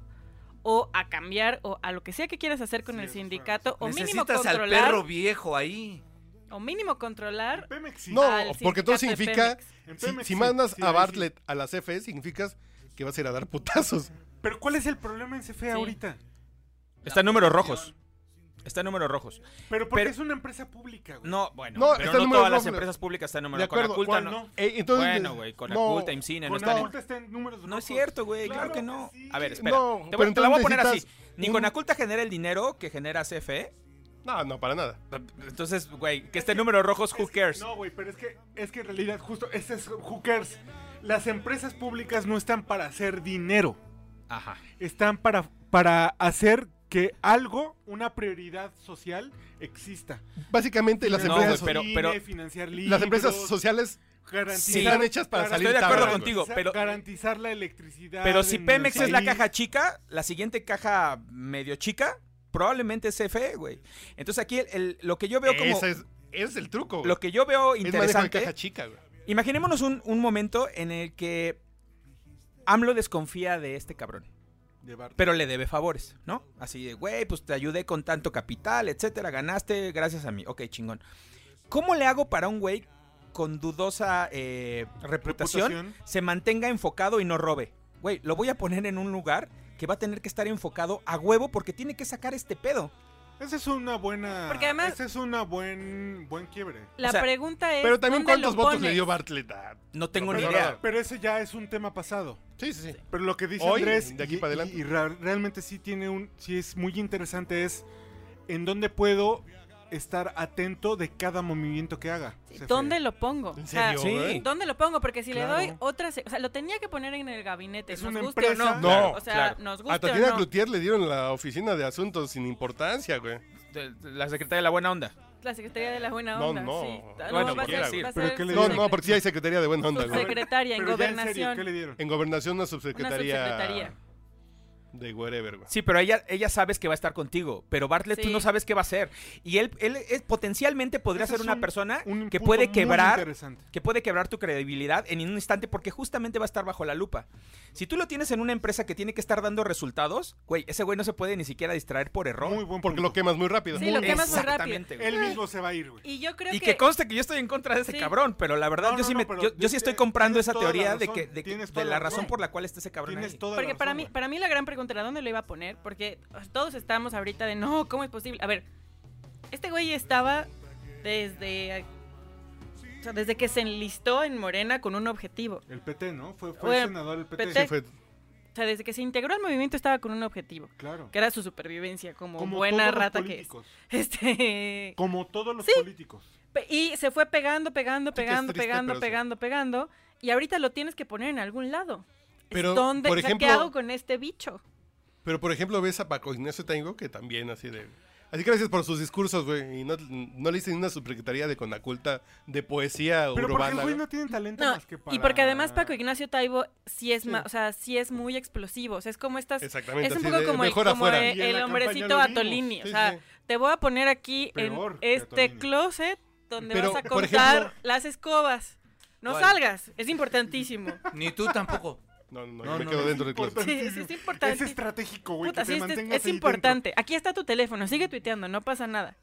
o a cambiar o a lo que sea que quieras hacer con Sí, el eso fue- sindicato o mínimo Necesitas al controlar perro viejo ahí. o mínimo controlar Pemex sí. No, al porque todo sindicato significa- de Pemex. En Si, Pemex si sí, mandas sí, a ahí sí. Bartlett a la CFE, significas que vas a ir a dar putazos. Pero ¿cuál es el problema en CFE Sí. ahorita? Está en números rojos. Está en números rojos. Pero porque Pero- es una empresa pública, güey. No, bueno, No, pero está en no números todas las rojos. empresas públicas están en números De acuerdo, Con Aculta ¿cuál no. no? Eh, entonces, bueno, güey, con no, Aculta, IMCINE, no Con están en- Aculta Pues está en números No es rojos. cierto, güey, claro, Claro que que no. sí. A ver, espera. No, te, voy- pero te la voy a entonces poner así. necesitas Ni un- con Aculta genera el dinero que genera CFE. No, no, para nada. Entonces, güey, que esté en números rojos, who Es que- cares? No, güey, pero es que, es que en realidad justo ese es who cares. Las empresas públicas no están para hacer dinero. Ajá. Están para, para hacer que algo, una prioridad social, exista. Básicamente, las No, empresas, güey, pero- cine, financiar las empresas libros, sociales garantizar- Sí. están hechas para Estoy salir de acuerdo tablas, contigo. garantizar- pero- Garantizar la electricidad. Pero si en Pemex el es la país. caja chica, la siguiente caja medio chica probablemente es CFE, güey. Entonces aquí el- el- lo que yo veo güey. como Ese es, ese es el truco. güey. lo que yo veo Es manejo de interesante. caja chica, güey. Imaginémonos un, un momento en el que AMLO desconfía de este cabrón. Llevar. pero le debe favores, ¿no? Así de, güey, pues te ayudé con tanto capital, etcétera, ganaste gracias a mí. Ok, chingón. ¿Cómo le hago para un güey con dudosa eh, reputación, Reputación. se mantenga enfocado y no robe? Güey, lo voy a poner en un lugar que va a tener que estar enfocado a huevo porque tiene que sacar este pedo. Esa es una buena. Porque además- Ese es una buen, buen quiebre. La O sea, pregunta es. Pero también, ¿dónde ¿cuántos lo votos le pones? dio Bartlett? Ah, No tengo ni Pero- idea. Pero ese ya es un tema pasado. Sí, sí, sí. Pero lo que dice Hoy, Andrés de aquí y, para adelante. y- y ra- realmente sí tiene un, sí es muy interesante es en dónde puedo estar atento de cada movimiento que haga. Se fue. ¿Dónde lo pongo? ¿En O sea, serio? sí. güey? ¿Dónde lo pongo? Porque si ¿Eh? Claro. le doy otra. se- O sea, lo tenía que poner en el gabinete. Es nos una guste o empresa. no. No, o sea, claro. nos A guste o Tatiana no. Cloutier le dieron la oficina de asuntos sin importancia, güey. De- de La secretaria de la buena onda. La Secretaría de la Buena No, Onda. no. sí. Bueno, va a ser- quiera, va sí. a Pero ser ¿qué le su No, dieron? no, porque sí hay secretaría de buena onda, güey. Subsecretaria en Pero ya en serio, gobernación. ¿qué le dieron? En gobernación una Una subsecretaría, subsecretaría. de wherever, güey. Sí, pero ella, ella sabes que va a estar contigo. Pero Bartlett, tú Sí. no sabes qué va a hacer. Y él, él es- potencialmente podría Ese ser es una un- persona un que punto puede muy quebrar. interesante. Que puede quebrar tu credibilidad en un instante porque justamente va a estar bajo la lupa. Si tú lo tienes en una empresa que tiene que estar dando resultados, güey, ese güey no se puede ni siquiera distraer por error. Muy buen Porque punto. lo quemas muy rápido. Sí, lo quemas muy rápido. Exactamente, güey. él mismo se va a ir, güey. Y yo creo Y que. que conste que yo estoy en contra de ese Sí. cabrón, pero la verdad No, yo no, sí, no, me- pero yo, yo sí tienes- estoy comprando tienes esa toda la teoría de, razón, que, de, que- tienes de toda la la razón razón. por la cual está ese cabrón Tienes ahí. toda la Porque para razón, mí, güey. para mí la gran pregunta era dónde lo iba a poner, porque todos estábamos ahorita de no, ¿cómo es posible? A ver, este güey estaba desde o sea, desde que se enlistó en Morena con un objetivo. El PT, ¿no? Fue, fue Bueno, senador el PT. PT. Sí, fue- O sea, desde que se integró al movimiento estaba con un objetivo, Claro. que era su supervivencia como, Como buena todos los rata que es. <laughs> políticos. Este Como todos los Sí. políticos. Pe- Y se fue pegando, pegando, que es pegando, triste, pegando, pero sí. pegando, pegando. Y ahorita lo tienes que poner en algún lado. Pero, ¿Dónde, por o sea, ejemplo- ¿Qué hago con este bicho? Pero por ejemplo, ves a Paco Ignacio Tengo que también así de. Así que gracias por sus discursos, güey. Y no, no le hice ni una subsecretaría de Conaculta de poesía Pero porque el urbana. güey güey. no tiene talento No, más que para... y porque además Paco Ignacio Taibo sí es, Sí. ma- o sea, sí es muy explosivo. O sea, es como estas. Exactamente. es un así poco de, como el, mejor como afuera. el- Y en la el hombrecito campaña lo Atolini. vimos. O Sí, sea, sí. te voy a poner aquí Peor en que este Atolini. closet donde Pero, vas a por contar ejemplo- las escobas. No ¿Cuál? salgas, <laughs> es importantísimo. Ni tú <laughs> tampoco. No, no, no, yo No, me no, quedo no, dentro es del closet. Sí, importantísimo. sí, es importante. Es estratégico, güey. Puta, que te sí, este es- mantengas es ahí dentro. importante. Aquí está tu teléfono, sigue tuiteando, no pasa nada.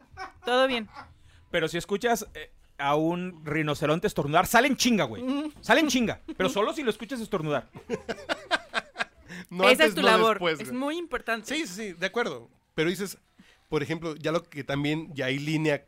Todo bien. Pero si escuchas eh, a un rinoceronte estornudar, salen chinga, güey. Salen chinga. Pero solo si lo escuchas estornudar. No Esa antes, es tu no labor, después, es güey. muy importante. Sí, sí, sí, de acuerdo. Pero dices, por ejemplo, ya lo que también ya hay línea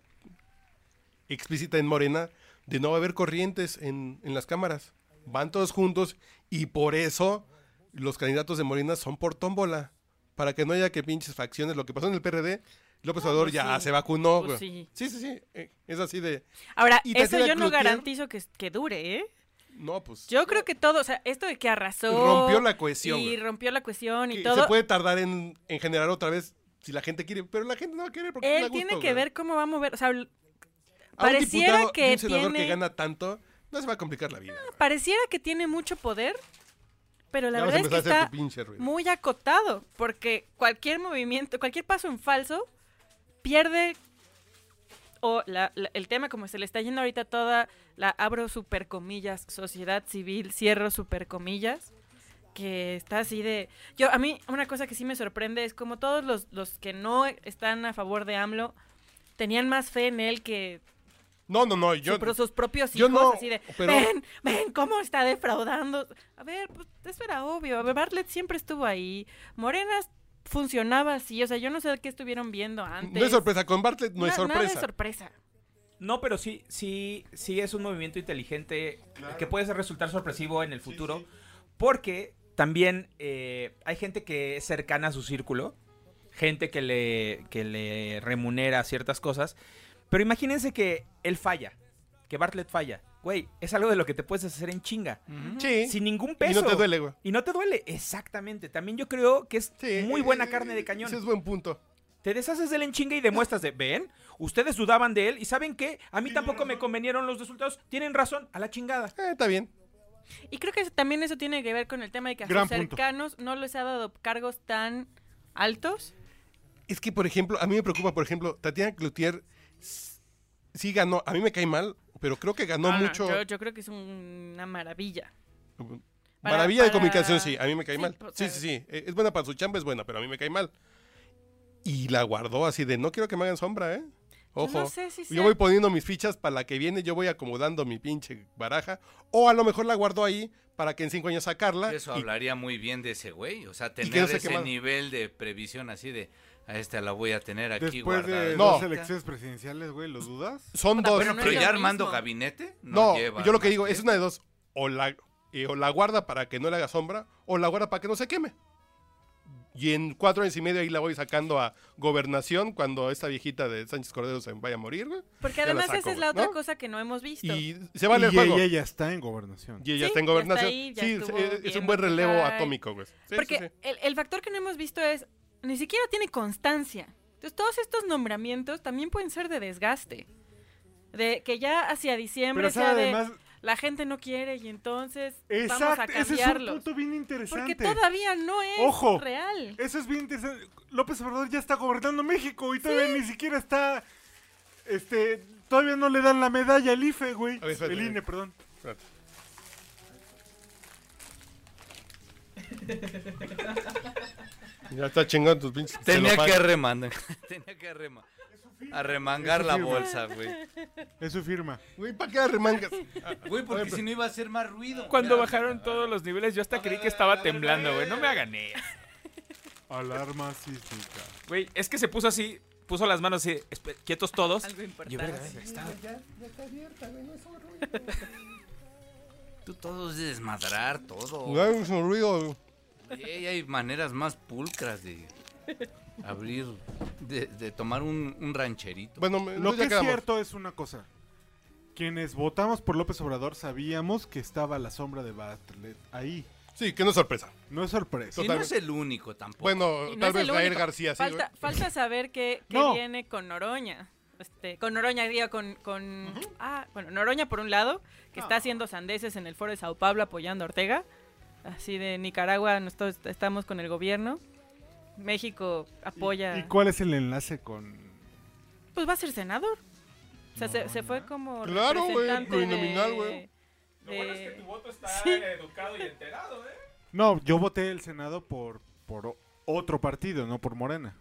explícita en Morena de no va a haber corrientes en, en las cámaras. Van todos juntos y por eso los candidatos de Morena son por tómbola. Para que no haya que pinches facciones. Lo que pasó en el PRD, López Obrador ya Ah, sí. se vacunó, Pues güey. sí. sí, sí, sí. eh, Es así de. Ahora, Y eso Tatiana yo no Cloutier- garantizo que, que dure, ¿eh? No, pues. Yo creo que todo, o sea, esto de que arrasó. Rompió la cohesión, Y güey. rompió la cohesión y que todo. Se puede tardar en, en generar otra vez si la gente quiere. Pero la gente no va a querer porque Él le da gusto, tiene que güey. ver cómo va a mover. O sea, A l- un Pareciera diputado y que un senador tiene- que gana tanto, no se va a complicar la vida. güey. pareciera que tiene mucho poder, pero la Ya vas a verdad es que empezar a hacer está tu pinche ruido. muy acotado. Porque cualquier movimiento, cualquier paso en falso, pierde. O la- la- el tema, como se le está yendo ahorita toda la abro super comillas, sociedad civil, cierro super comillas. que está así de... Yo, a mí, una cosa que sí me sorprende es como todos los, los que no están a favor de AMLO tenían más fe en él que No, no, no, yo su- pro- sus propios yo hijos, no, así de, pero- ven, ven, cómo está defraudando. A ver, pues eso era obvio. A ver, Bartlett siempre estuvo ahí. Morenas funcionaba así, o sea, yo no sé qué estuvieron viendo antes. no es sorpresa con Bartlett, no, es Na- sorpresa. Nada es sorpresa. No, pero sí, sí, sí es un movimiento inteligente que puede resultar sorpresivo en el futuro. Porque también eh, hay gente que es cercana a su círculo. Gente que le, que le remunera ciertas cosas. Pero imagínense que él falla. Que Bartlett falla. Güey, es algo de lo que te puedes hacer en chinga. Sí. Sin ningún y peso. no te duele, güey. Y no te duele, exactamente. También yo creo que es Sí, muy eh, buena eh, carne de cañón. Ese es buen punto. Te deshaces del enchingue y demuestras de, ven, ustedes dudaban de él y saben que a mí tampoco me convenieron los resultados. Tienen razón, a la chingada. Eh, está bien. Y creo que eso- también eso tiene que ver con el tema de que a Gran sus punto. cercanos no les ha dado cargos tan altos. Es que, por ejemplo, a mí me preocupa, por ejemplo, Tatiana Cloutier s- sí ganó, a mí me cae mal, pero creo que ganó Ah, mucho. Yo, yo creo que es una maravilla. Para- Maravilla de para- comunicación, sí, a mí me cae Sí, mal. pues, o Sí, sea- sí, sí, eh, es buena para su chamba, es buena, pero a mí me cae mal. Y la guardó así de, no quiero que me hagan sombra, ¿eh? Ojo, pues, no sé si sea- yo voy poniendo mis fichas para la que viene, yo voy acomodando mi pinche baraja. O a lo mejor la guardó ahí para que en cinco años sacarla. Eso Ah, y- hablaría muy bien de ese güey. O sea, que no tener se ese quemara. nivel de previsión así de a esta la voy a tener aquí Después de guardada. No. dos elecciones presidenciales, güey, ¿lo dudas? son dos. bueno, Pero No es ya lo armando mismo. gabinete, no, No, lleva yo lo que más digo es una de dos. O la, eh, o la guarda para que no le haga sombra, o la guarda para que no se queme. Y en cuatro años y medio ahí la voy sacando a gobernación cuando esta viejita de Sánchez Cordero se vaya a morir, güey. Porque Ya la además saco, esa es güey, la otra ¿no? cosa que no hemos visto. Y se vale el y juego. ella ya está en gobernación. Y ella Sí, está en ya está gobernación. ahí, ya sí, estuvo es- es, bien un buen relevo Oaxaca. atómico, güey. Sí, sí, Porque sí. El, el factor que no hemos visto es, ni siquiera tiene constancia. Entonces, todos estos nombramientos también pueden ser de desgaste. De que ya hacia diciembre Pero sea sabe, de, además, la gente no quiere y entonces vamos a exacto, ese es un cambiarlo. punto bien Porque interesante. todavía no es Ojo. real. Eso es bien interesante. López Obrador ya está gobernando México y todavía ni siquiera está. Este. Todavía no le dan la medalla al IFE, güey. A ver, espérate, el a ver. INE, perdón. Espérate. Ya está chingando tus pinches. Tenía celofán. que <laughs> remangar. <laughs> Tenía que arrema- arremangar Eso la sí, güey. bolsa, güey. Es su firma. Güey, ¿para qué arremangas? Güey, porque si no iba a hacer más ruido. Cuando Mira, bajaron todos los niveles, yo hasta creí que estaba temblando, güey. No me hagan eso. Alarma sísmica. Güey, es que se puso así, puso las manos así, espe- quietos todos. Algo importante. Yo, verga, verga, está- Tú todos desmadrar todo. No hay un ruido. güey. Ey, hay maneras más pulcras de abrir, de, de tomar un, un rancherito. Bueno, me- Lo ya que es quedamos. cierto es una cosa. Quienes votamos por López Obrador sabíamos que estaba la sombra de Bartlett ahí. Sí, que no es sorpresa. No es sorpresa. y no es el único tampoco. Bueno, Y no tal es el vez Gael único. García sí. falta, falta saber qué, qué No. viene con Noroña. Este, con Noroña, digo, con... con Ah, bueno, Noroña por un lado, que Ah. está haciendo sandeces en el foro de Sao Paulo apoyando a Ortega. Así de Nicaragua, nosotros estamos con el gobierno. México apoya... ¿Y cuál es el enlace con.? Pues va a ser senador. O sea, se, se fue Noroña? como Claro, güey, representante de- plurinominal, güey. Lo bueno es que tu de- voto está Sí. educado y enterado, ¿eh? No, yo voté el Senado por, por o- otro partido, no por Morena.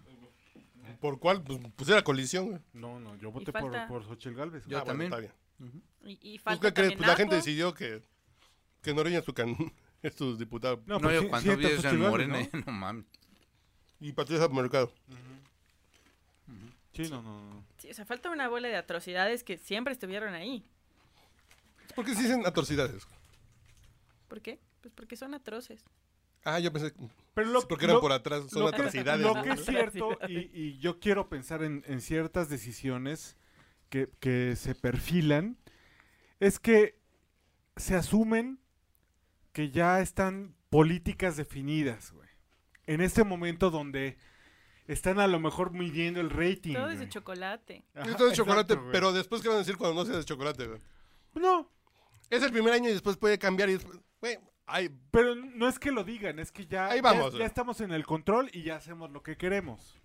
¿Por cuál? Pues, pues era colisión, güey. No, no, yo voté falta- por, por Xochitl Galvez. Yo Ah, bueno, también. está bien. Y, y Pues, falta ¿qué crees? también Pues la gente Napo. decidió que, que Noroña es tu, can... <laughs> es tu diputado. no, pues yo sí- sí cuando vi entra eso Xochitl en Gálvez, Morena, ¿no? <laughs> no, mames. Y Patricia Mercado. Sí, no, no, no. Sí, o sea, falta una bola de atrocidades que siempre estuvieron ahí. ¿Por qué se dicen atrocidades? ¿Por qué? Pues porque son atroces. Ah, yo pensé que- Pero lo, sí, porque eran lo- por atrás. Son lo que- atrocidades. lo ¿no? que es cierto, y, y yo quiero pensar en, en ciertas decisiones que, que se perfilan, es que se asumen que ya están políticas definidas, güey. En este momento donde están a lo mejor midiendo el rating. Todo es güey. de chocolate. Ajá, Esto es chocolate, exacto, güey. pero después, ¿qué van a decir cuando no sea de chocolate? güey? Pues No, Es el primer año y después puede cambiar. Y después... Güey, ay, pero no es que lo digan, es que ya, Ahí ya- vamos, ya, güey. estamos en el control y ya hacemos lo que queremos.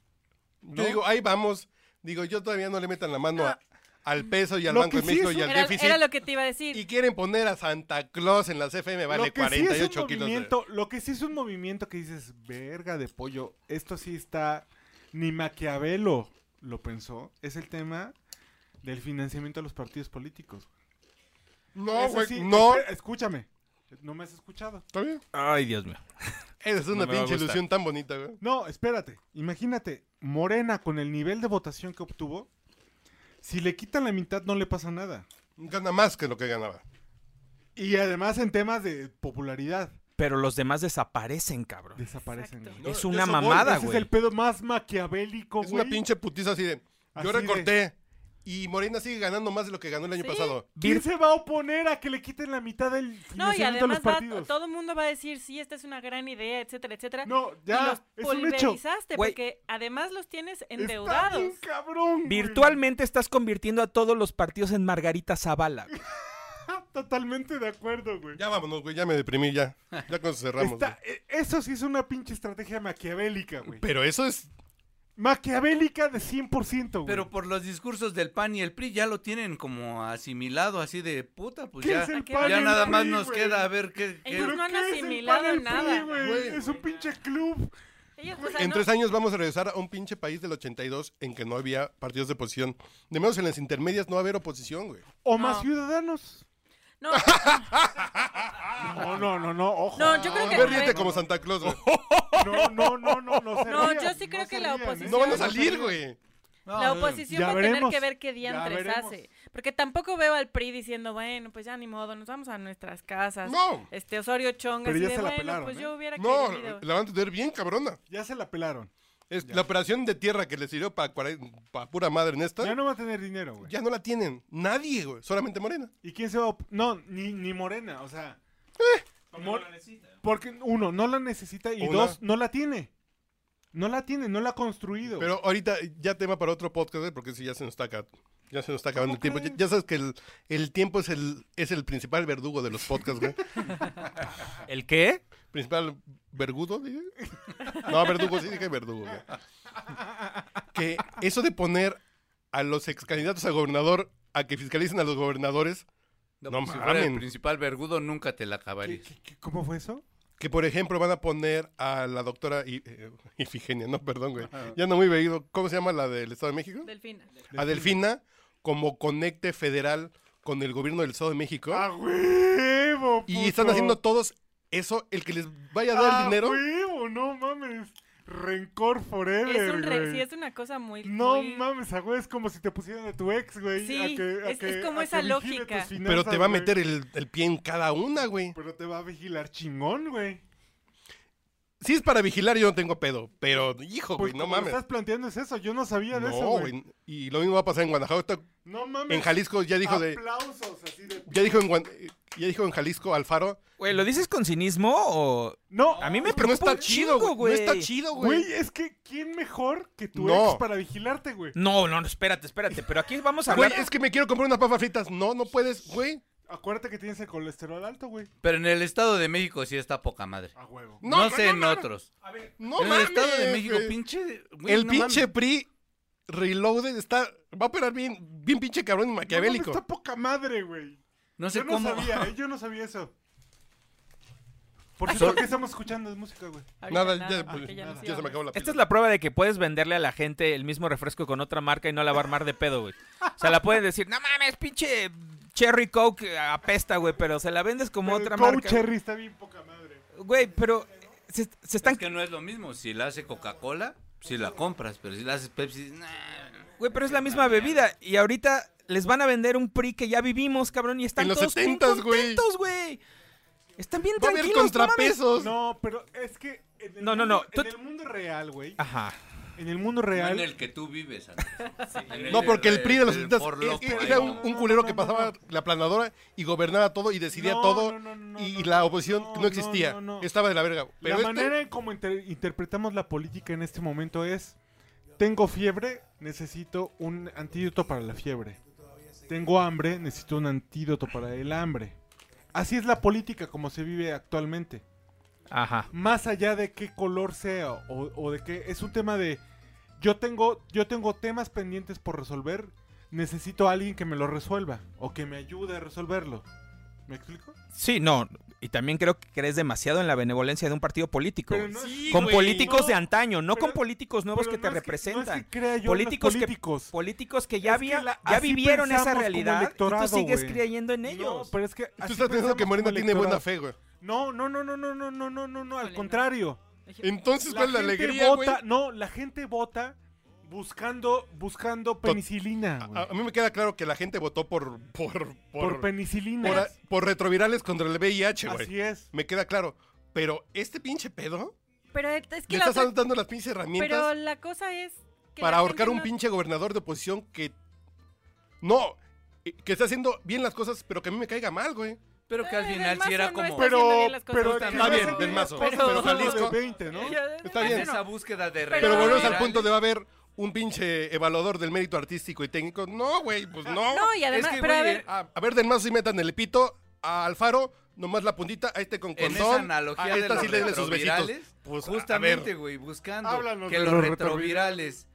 Yo ¿no? digo, ahí vamos. Digo, yo todavía no le metan la mano a- al peso y al Lo Banco de que sí México es y un- al Era, déficit. Ah, era lo que te iba a decir. Y quieren poner a Santa Claus en las FM, vale lo que sí es un 48 kilos. de- movimiento- Lo que sí es un movimiento que dices, verga de pollo, esto sí está, ni Maquiavelo lo pensó, es el tema del financiamiento a los partidos políticos. No, Eso güey, sí, no. espera, Escúchame, no me has escuchado. ¿Está bien? Ay, Dios mío. Eres una No me va a pinche gustar. ilusión tan bonita, güey. No, espérate, imagínate, Morena con el nivel de votación que obtuvo, si le quitan la mitad no le pasa nada. Gana más que lo que ganaba. Y además en temas de popularidad, Pero los demás desaparecen, cabrón. desaparecen. Exacto. güey. No, es yo una soy- mamada, Ese es güey. el pedo más maquiavélico, Es güey. una pinche putiza así de. Así Yo de- recorté. Y Morena sigue ganando más de lo que ganó el año Sí. pasado. ¿Quién Vir- se va a oponer a que le quiten la mitad del no, y financiamiento a los además va- partidos? todo el mundo va a decir, sí, esta es una gran idea, etcétera, etcétera. No, y ya, los es un hecho. pulverizaste Güey. porque además los tienes Está endeudados. bien cabrón, güey. Virtualmente estás convirtiendo a todos los partidos en Margarita Zavala. güey. Ah, Totalmente de acuerdo, güey. eh, Ya vámonos, güey, ya me deprimí ya. Ya con eso cerramos. Está- e- Eso sí es una pinche estrategia maquiavélica, güey. güey. Pero eso es Maquiavélica de 100%, güey. Pero por los discursos del PAN y el PRI ya lo tienen como asimilado, así de puta, pues ya, es el PAN y ya el nada PRI, más nos güey? queda a ver qué... qué- Ellos Pues no han ¿Qué es el asimilado PAN y el nada. PRI, güey? Güey. Es un pinche club. Ellos, o sea, En no- tres años vamos a regresar a un pinche país del 82 en que no había partidos de oposición. De menos en las intermedias no va a haber oposición, güey. O más No. ciudadanos. <laughs> no, No, no, no, no, ojo. no, yo creo que. Ve, ríete como Santa Claus, <laughs> güey. No, no, no, no, no. se No, rían, yo sí creo se que la rían, ¿eh? oposición- No van a salir, güey. No, La eh, oposición Ya va a veremos, tener que ver qué ya diantres veremos. hace. Porque tampoco veo al PRI diciendo, bueno, pues ya ni modo, nos vamos a nuestras casas. No. Este Osorio Chonga, Pero así ya de, se la bueno, pelaron, pues ¿eh? yo hubiera No, querido. la van a tener bien cabrona. Ya se la pelaron. Es la operación de tierra que les sirvió para pura madre en esta. Ya no va a tener dinero, güey. Ya no la tienen. Nadie, güey. Solamente Morena. ¿Y quién se va a op- No, ni, ni Morena, o sea. Eh. Mor- Porque uno, no la necesita y Una. dos, no la tiene. No la tiene, no la ha construido. Pero ahorita ya tema para otro podcast, güey, porque si ya se nos está acá. Ya se nos está acabando el tiempo. Ya, crees? ya sabes que el, el tiempo es el, es el principal verdugo de los podcasts, güey. ¿El qué? principal vergudo, dije. <laughs> No, verdugo, sí dije verdugo. güey. Que eso de poner a los ex candidatos a gobernador a que fiscalicen a los gobernadores, no, no pues si fuera el mamen. principal vergudo nunca te la ¿Qué- acabarías. qué- qué- cómo fue eso? que por ejemplo van a poner a la doctora I- eh, <laughs> Ifigenia, no, perdón, güey. Ya no muy veído. ¿Cómo se llama la del Estado de México? Delfina. A Delfina como conecte federal con el gobierno del Estado de México. Ah, ¡A huevo! y puto! están haciendo todos eso, el que les vaya a Ah, dar ¡A dinero. huevo! No mames. Rencor forever. Es, un re- güey. sí, es una cosa muy. No muy- mames, a huevo, es como si te pusieran a tu ex, güey. Sí, a que- a es- que- es como a que esa vigile lógica. tus finanzas, Pero te va a güey. meter el, el pie en cada una, güey. Pero te va a vigilar chingón, güey. Si es para vigilar, yo no tengo pedo. Pero, hijo, Pues güey, no como lo mames. estás planteando es eso, yo no sabía de eso, No, güey. güey. Y lo mismo va a pasar en Guanajuato. Está- No mames. En Jalisco ya dijo de. Aplausos así de... Ya dijo en, Guan- ya dijo en Jalisco Alfaro. Güey, ¿lo dices con cinismo o...? No, A mí me "Es que No preocupa está un chido, chingo, Pues, güey. No está güey. chido, güey. Güey, es que ¿quién mejor que tu No. ex para vigilarte, güey? No, no, no, espérate, espérate. Pero aquí vamos a Güey, hablar... es que me quiero comprar unas papas fritas. No, no puedes, güey. Acuérdate que tienes el colesterol alto, güey. Pero en el Estado de México sí está poca madre. A huevo. No, No, no, sé no, en no, no. otros. No en mames, el Estado de México, güey. pinche... güey, El no pinche mames. PRI Reloaded está. Va a operar bien, bien pinche cabrón y maquiavélico. No, mames, está poca madre, güey. No sé Yo no cómo... sabía, ¿eh? yo no sabía eso. Por Ah, cierto, ¿qué estamos escuchando de música, güey? ahorita nada, ya, porque pues, nos ya se me íbamos. acabó la Esta es pila. la prueba de que puedes venderle a la gente el mismo refresco con otra marca y no la va a armar de pedo, güey. O sea, la puedes decir, no mames, pinche Cherry Coke apesta, güey, pero se la vendes como Pero otra el marca. Cherry está bien poca madre. Güey, pero se, se están... Es que no es lo mismo. Si la hace Coca-Cola, si la compras. Pero si la haces Pepsi, nah. Güey, pero es la misma bebida. Y ahorita les van a vender un PRI que ya vivimos, cabrón, y están En los todos bien 70s, güey. contentos, güey. Están bien Va a haber tranquilos, no mames. contrapesos. No, pero es que en el, No, no, mundo, no, tú- en el mundo real, güey. Ajá. En el mundo No real. en el que tú vives, <laughs> Andrés. En Eh, No, porque el PRI de los del 70 por loco, ahí era no. un, no. un culero que No, no, no, pasaba la planadora y gobernaba todo y decidía No, todo no, no, no, y, no, y no, la no, oposición no, no, no, existía. no, no. Estaba de la verga. Pero la este- manera en cómo inter- interpretamos la política en este momento es: tengo fiebre, necesito un antídoto para la fiebre. Tengo hambre, necesito un antídoto para el hambre. Así es la política como se vive actualmente. Ajá. Más allá de qué color sea o, o de qué. Es un tema de. Yo tengo, yo tengo temas pendientes por resolver. Necesito a alguien que me lo resuelva o que me ayude a resolverlo. ¿Me explico? Sí, no. Y también creo que crees demasiado en la benevolencia de un partido político. Pero güey. no es- Sí, con güey. políticos No, de antaño, no con pero- políticos nuevos Pero que te no es no es representan. que crea yo en los Políticos que- políticos. políticos que ya, Es que había- la- ya así vivieron esa pensamos como realidad y tú electorado, sigues güey. creyendo en No, ellos. <laughs> pero es que. Tú así estás pensando pensamos que Morena como tiene buena electorado. fe, güey. No, no, no, no, no, no, no, no, no, no, Híjole, al no. contrario. Entonces, <laughs> ¿cuál es la gente alegría, güey? vota, no, la gente vota buscando, buscando penicilina, güey. A, a mí me queda claro que la gente votó por por por Ah, por, por, penicilina. a- por retrovirales contra el VIH, güey. Así es. Me queda claro. Pero este pinche pedo Pero es que le la estás otra- dando las pinches herramientas Pero la cosa es. que para la ahorcar gente un no- pinche gobernador de oposición que no eh, que está haciendo bien las cosas, pero que a mí me caiga mal, güey. Pero que al Eh, del final sí mazo era no como... está haciendo Pero- bien las cosas. pero Está bien, <laughs> del mazo. Pero, Pero- Jalisco. De 20, ¿no? Está Pero- bien. en esa búsqueda de... Pero Pero- volvemos al reales. punto de va a haber un pinche evaluador del mérito artístico y técnico. No, güey, eh, pues no. No, y además, que, pero a güey, ver, A, a ver, del más si metan el pito a Alfaro, nomás la puntita, a este con En condón. esa analogía a de esta los sí le den sus besitos. retrovirales, Pues, a justamente, ver. güey, buscando Háblanos que de los los retrovirales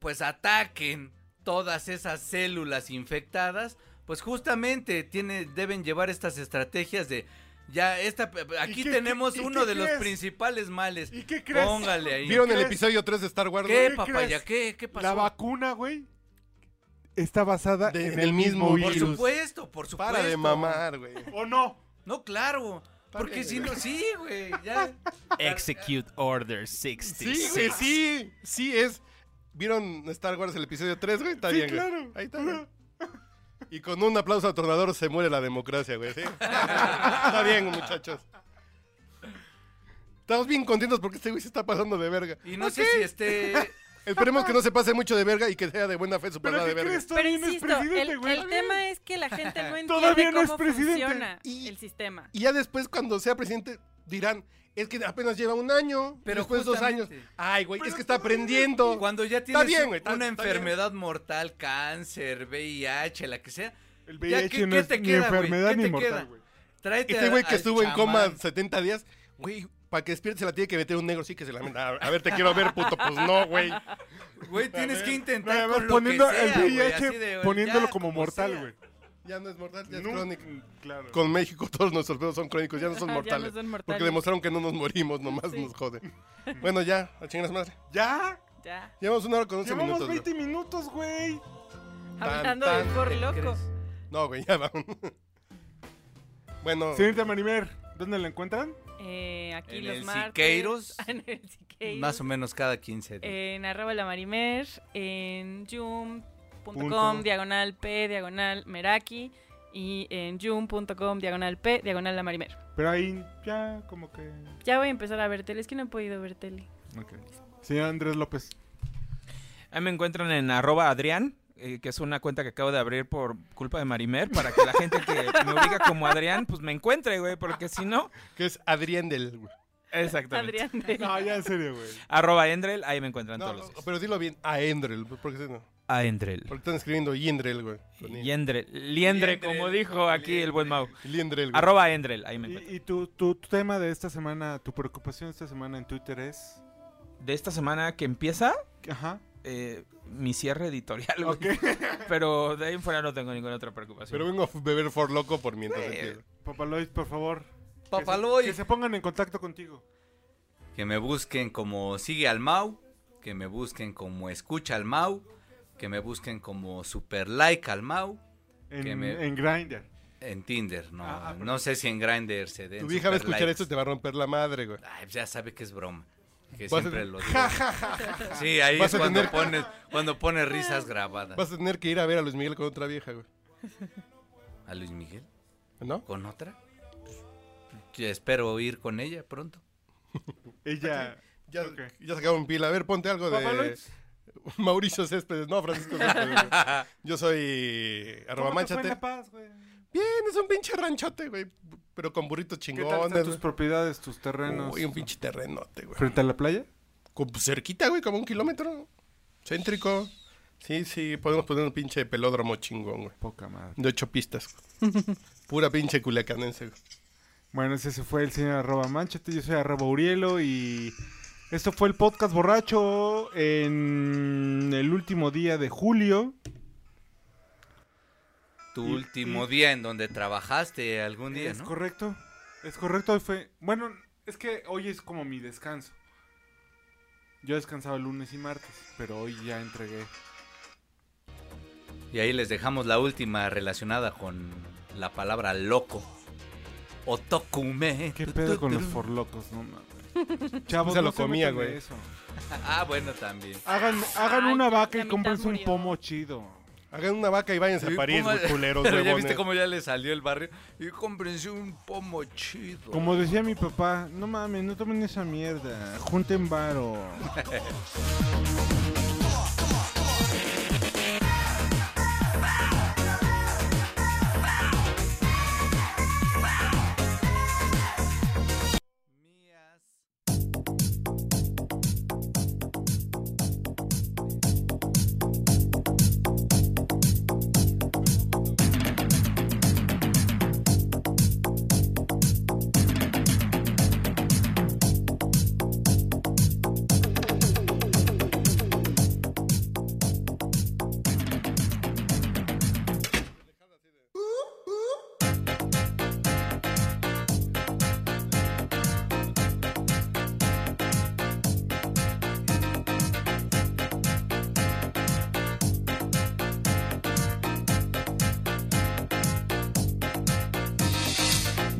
pues ataquen todas esas células infectadas, pues justamente tiene, deben llevar estas estrategias de ya esta eh, aquí qué- tenemos y qué uno de los crees? principales males. ¿Y qué crees? Póngale ahí. ¿Vieron el ¿Crees? episodio 3 de Star Wars? ¿Qué, ¿Qué papaya? crees? ¿Qué, qué pasó? La vacuna, güey, está basada De- en del el mismo mismo por virus. supuesto, por supuesto. Para de mamar, güey. ¿O no? No, claro. Porque bien, si <laughs> güey. no, sí, güey. Ya. Execute Order 60. Sí, güey, sí, sí es. ¿Vieron Star Wars el episodio 3, güey? Está Sí, bien, güey. claro. Ahí está, güey. Y con un aplauso atornador se muere la democracia, güey, ¿sí? está bien, muchachos. Estamos bien contentos porque este güey se está pasando de verga. Y no sé si esté. Esperemos que no se pase mucho de verga y que sea de buena fe su ¿Pero pasada de qué verga. crees? Pero Todavía no es insisto, el, presidente, güey. el tema es que la gente no Todavía entiende no es cómo presidente. funciona Y- el sistema. Y ya después, cuando sea presidente, dirán, es que apenas lleva un año, Pero pero después dos justamente. años. Ay, güey, es que está aprendiendo. Cuando ya tienes bien, un- güey, está- una está bien. enfermedad mortal, cáncer, VIH, la que sea, El Ya, VIH ¿qué- no qué es te ni queda, güey? enfermedad ¿Qué ni te queda? mortal, güey. tráete Este güey que al estuvo en chamán. coma 70 días, güey, para que despierte se la tiene que meter un negro, sí que se la meta. A ver, te quiero ver, puto. Pues no, güey. Güey, tienes que No, intentar además, con lo poniendo que sea, el güey, VIH, así de, poniéndolo ya, como mortal, sea. güey. Ya no es mortal, ya es Nun- crónico. Claro. Con México todos nuestros pedos son crónicos, ya no son <laughs> Ya no mortales. son mortales. Porque demostraron que no nos morimos, nomás Sí. nos jode. Bueno, ya, a chingar su madre. Ya, Ya, Llevamos una hora con 11 llevamos minutos. güey. 20 minutos, güey. hablando tan, del por ¿Qué loco. crees? No, güey, ya vamos. <laughs> Bueno, Señorita Marimer, ¿dónde la encuentran? Eh, aquí En los el martes. Siqueiros. <laughs> En el Siqueiros. Más o menos cada 15 días. En arroba la marimer, en yum.com, Punto. diagonal p, diagonal meraki. Y en yum.com, diagonal p, diagonal la marimer. Pero ahí ya como que... Ya voy a empezar a ver tele, es que no he podido ver tele. Ok. Señor Andrés López. Ahí me encuentran en arroba Adrián, eh, que es una cuenta que acabo de abrir por culpa de Marimer, para que la gente <laughs> que me ubica como Adrián, pues me encuentre, güey, porque si no... que es Adrián del. güey. Exactamente. Adrián de- No, ya en serio, güey. Arroba Endrel, ahí me encuentran No, todos los días. pero dilo bien, a Endrel, porque, si no, A Endrel. porque están escribiendo Yendrel, güey. Yendre, liendre, como dijo aquí el buen Mau. Liendrel, güey. Arroba Endrel, ahí me encuentran. Y, y tu, tu, tu tema de esta semana, tu preocupación esta semana en Twitter es... De esta semana que empieza, Ajá. eh, mi cierre editorial, <laughs> güey. Ok. Pero de ahí en fuera no tengo ninguna otra preocupación. Pero vengo a beber for loco por mientras Güey. empiezo. Papaloid, por favor. Papaloid. Que se, que se pongan en contacto contigo. Que me busquen como Sigue al Mau, que me busquen como Escucha al Mau, que me busquen como Super Like al Mau Que En, me- en Grindr. en Tinder. No, Ah, ah, no sé si en Grindr se den. Tu vieja va a super escuchar likes. esto y te va a romper la madre, güey. Ay, ya sabe que es broma. Que Vas a siempre tener- <laughs> lo digo. Sí, ahí Vas es a cuando tener- pones cuando pones risas grabadas. Vas a tener que ir a ver a Luis Miguel con otra vieja, güey. ¿A Luis Miguel? ¿No? ¿Con otra? Yo espero ir con ella pronto. Ella... Ya, Ok. ya sacaron pila. A ver, ponte algo de Papaloid. <laughs> Mauricio Céspedes. No, Francisco Céspedes. güey. <laughs> Yo soy arroba ¿Cómo te fue en manchate. La Paz, güey? Bien, es un pinche ranchote, güey. Pero con burritos ¿Qué tal chingones. están tus propiedades, tus terrenos? Uy, un pinche terrenote, güey. ¿Frente a la playa? Como cerquita, güey, como un kilómetro. Céntrico. Sí, sí, podemos poner un pinche pelódromo chingón, güey. Poca madre. De <laughs> ocho pistas. Pura pinche culiacanense, güey. Bueno, ese se fue el señor arroba manchate, yo soy arroba Urielo y esto fue el podcast borracho en el último día de julio. Tu Y- último día en donde trabajaste algún día, ¿Es ¿no? correcto? Es correcto, hoy fue... Bueno, es que hoy es como mi descanso. Yo descansaba lunes y martes, pero hoy ya entregué. Y ahí les dejamos la última relacionada con la palabra loco. Otokume. ¿Qué Tu, pedo tu, con tu. los forlocos? <laughs> No mames. Chavos, Se lo no se comía, metan en güey. eso. Ah, bueno, también. Hagan, hagan Ay, una vaca y la mitad cómprense un murió. pomo chido. Hagan una vaca y váyanse a Sí, París, puma- güey, <laughs> culeros, Pero ya huevones. viste cómo ya le salió el barrio. Y comprensión un pomo chido. Como decía mi papá, no mames, no tomen esa mierda. Junten varo.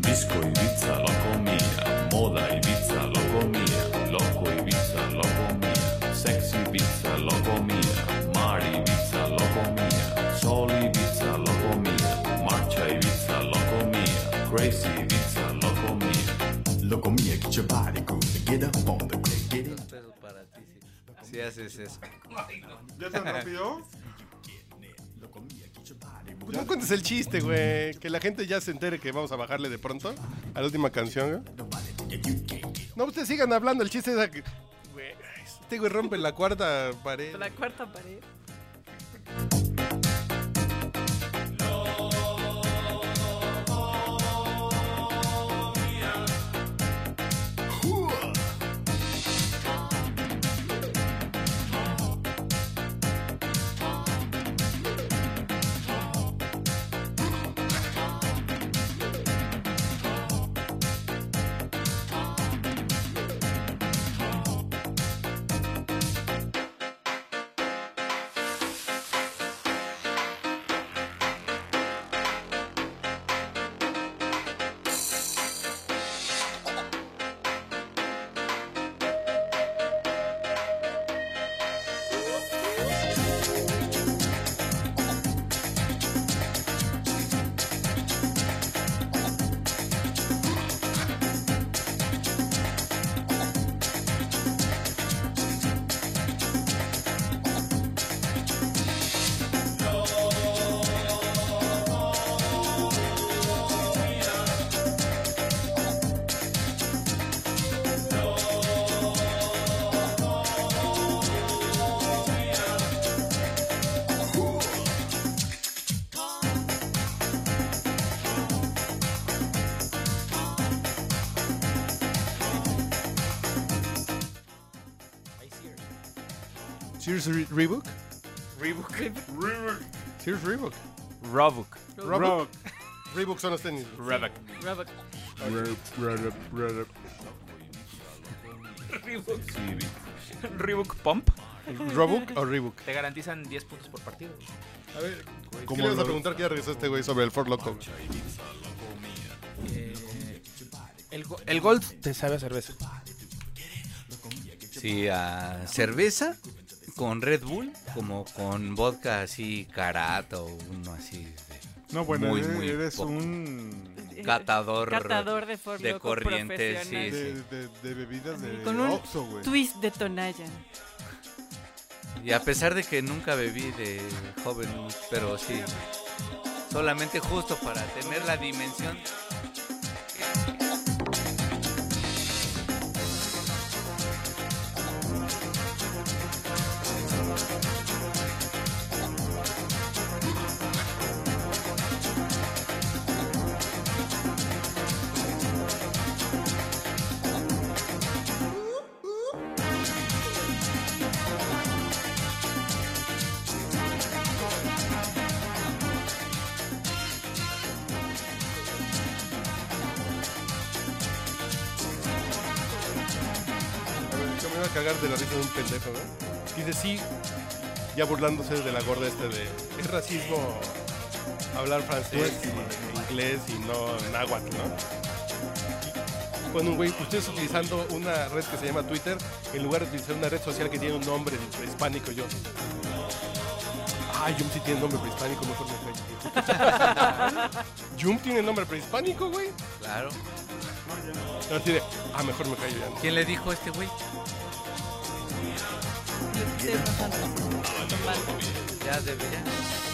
Disco Ibiza lo comía, moda Ibiza lo comía, loco Ibiza lo comía, sexy Ibiza lo comía, mar Ibiza lo comía, sol Ibiza lo comía, marcha Ibiza lo comía, crazy Ibiza lo comía. Lo comía, get your body good, get up on the click, get it. Si haces eso. ¿Ya tan rápido? Pues no cuentes el chiste, güey. Que la gente ya se entere que vamos a bajarle de pronto a la última canción, güey. No, ustedes sigan hablando. El chiste es a que. Güey, este güey rompe la cuarta pared. <laughs> La cuarta pared. Sears Re- Reebok. Reebok. Sears Reebok. Robook. Reebok. Reebok son los tenis. Reebok. Reebok. Reebok Pump. ¿Roebuck o Reebok? Te garantizan 10 puntos por partido. A ver, ¿qué Como le vas a lo- preguntar que ya regresó este güey sobre el Ford Loco? güey? El, go- el Gold te sabe a cerveza. Sí, a ah, cerveza con Red Bull, como con vodka así carato, uno así. de- No, bueno, muy, eres, muy eres poco. un... Catador, Catador de Ford de Loco corrientes, sí, profesional. sí. De, de- de bebidas de Con un Oxxo, güey. Twist de Tonayan. Y a pesar de que nunca bebí de joven, pero sí. Solamente justo para tener la dimensión. A ver, Yo me iba a cagar de la risa de un pendejo, güey. Dice sí, ya burlándose de la gorda este de. Es racismo hablar francés y inglés y no náhuatl, ¿no? Bueno, güey, ustedes utilizando una red que se llama Twitter en lugar de utilizar una red social que tiene un nombre prehispánico, yo. Ah, Yum sí tiene nombre prehispánico, mejor me callo. <laughs> Yum tiene nombre prehispánico, güey. Claro. Así de, ah, mejor me callo ya. ¿no? ¿Quién le dijo a este güey? Ya debería.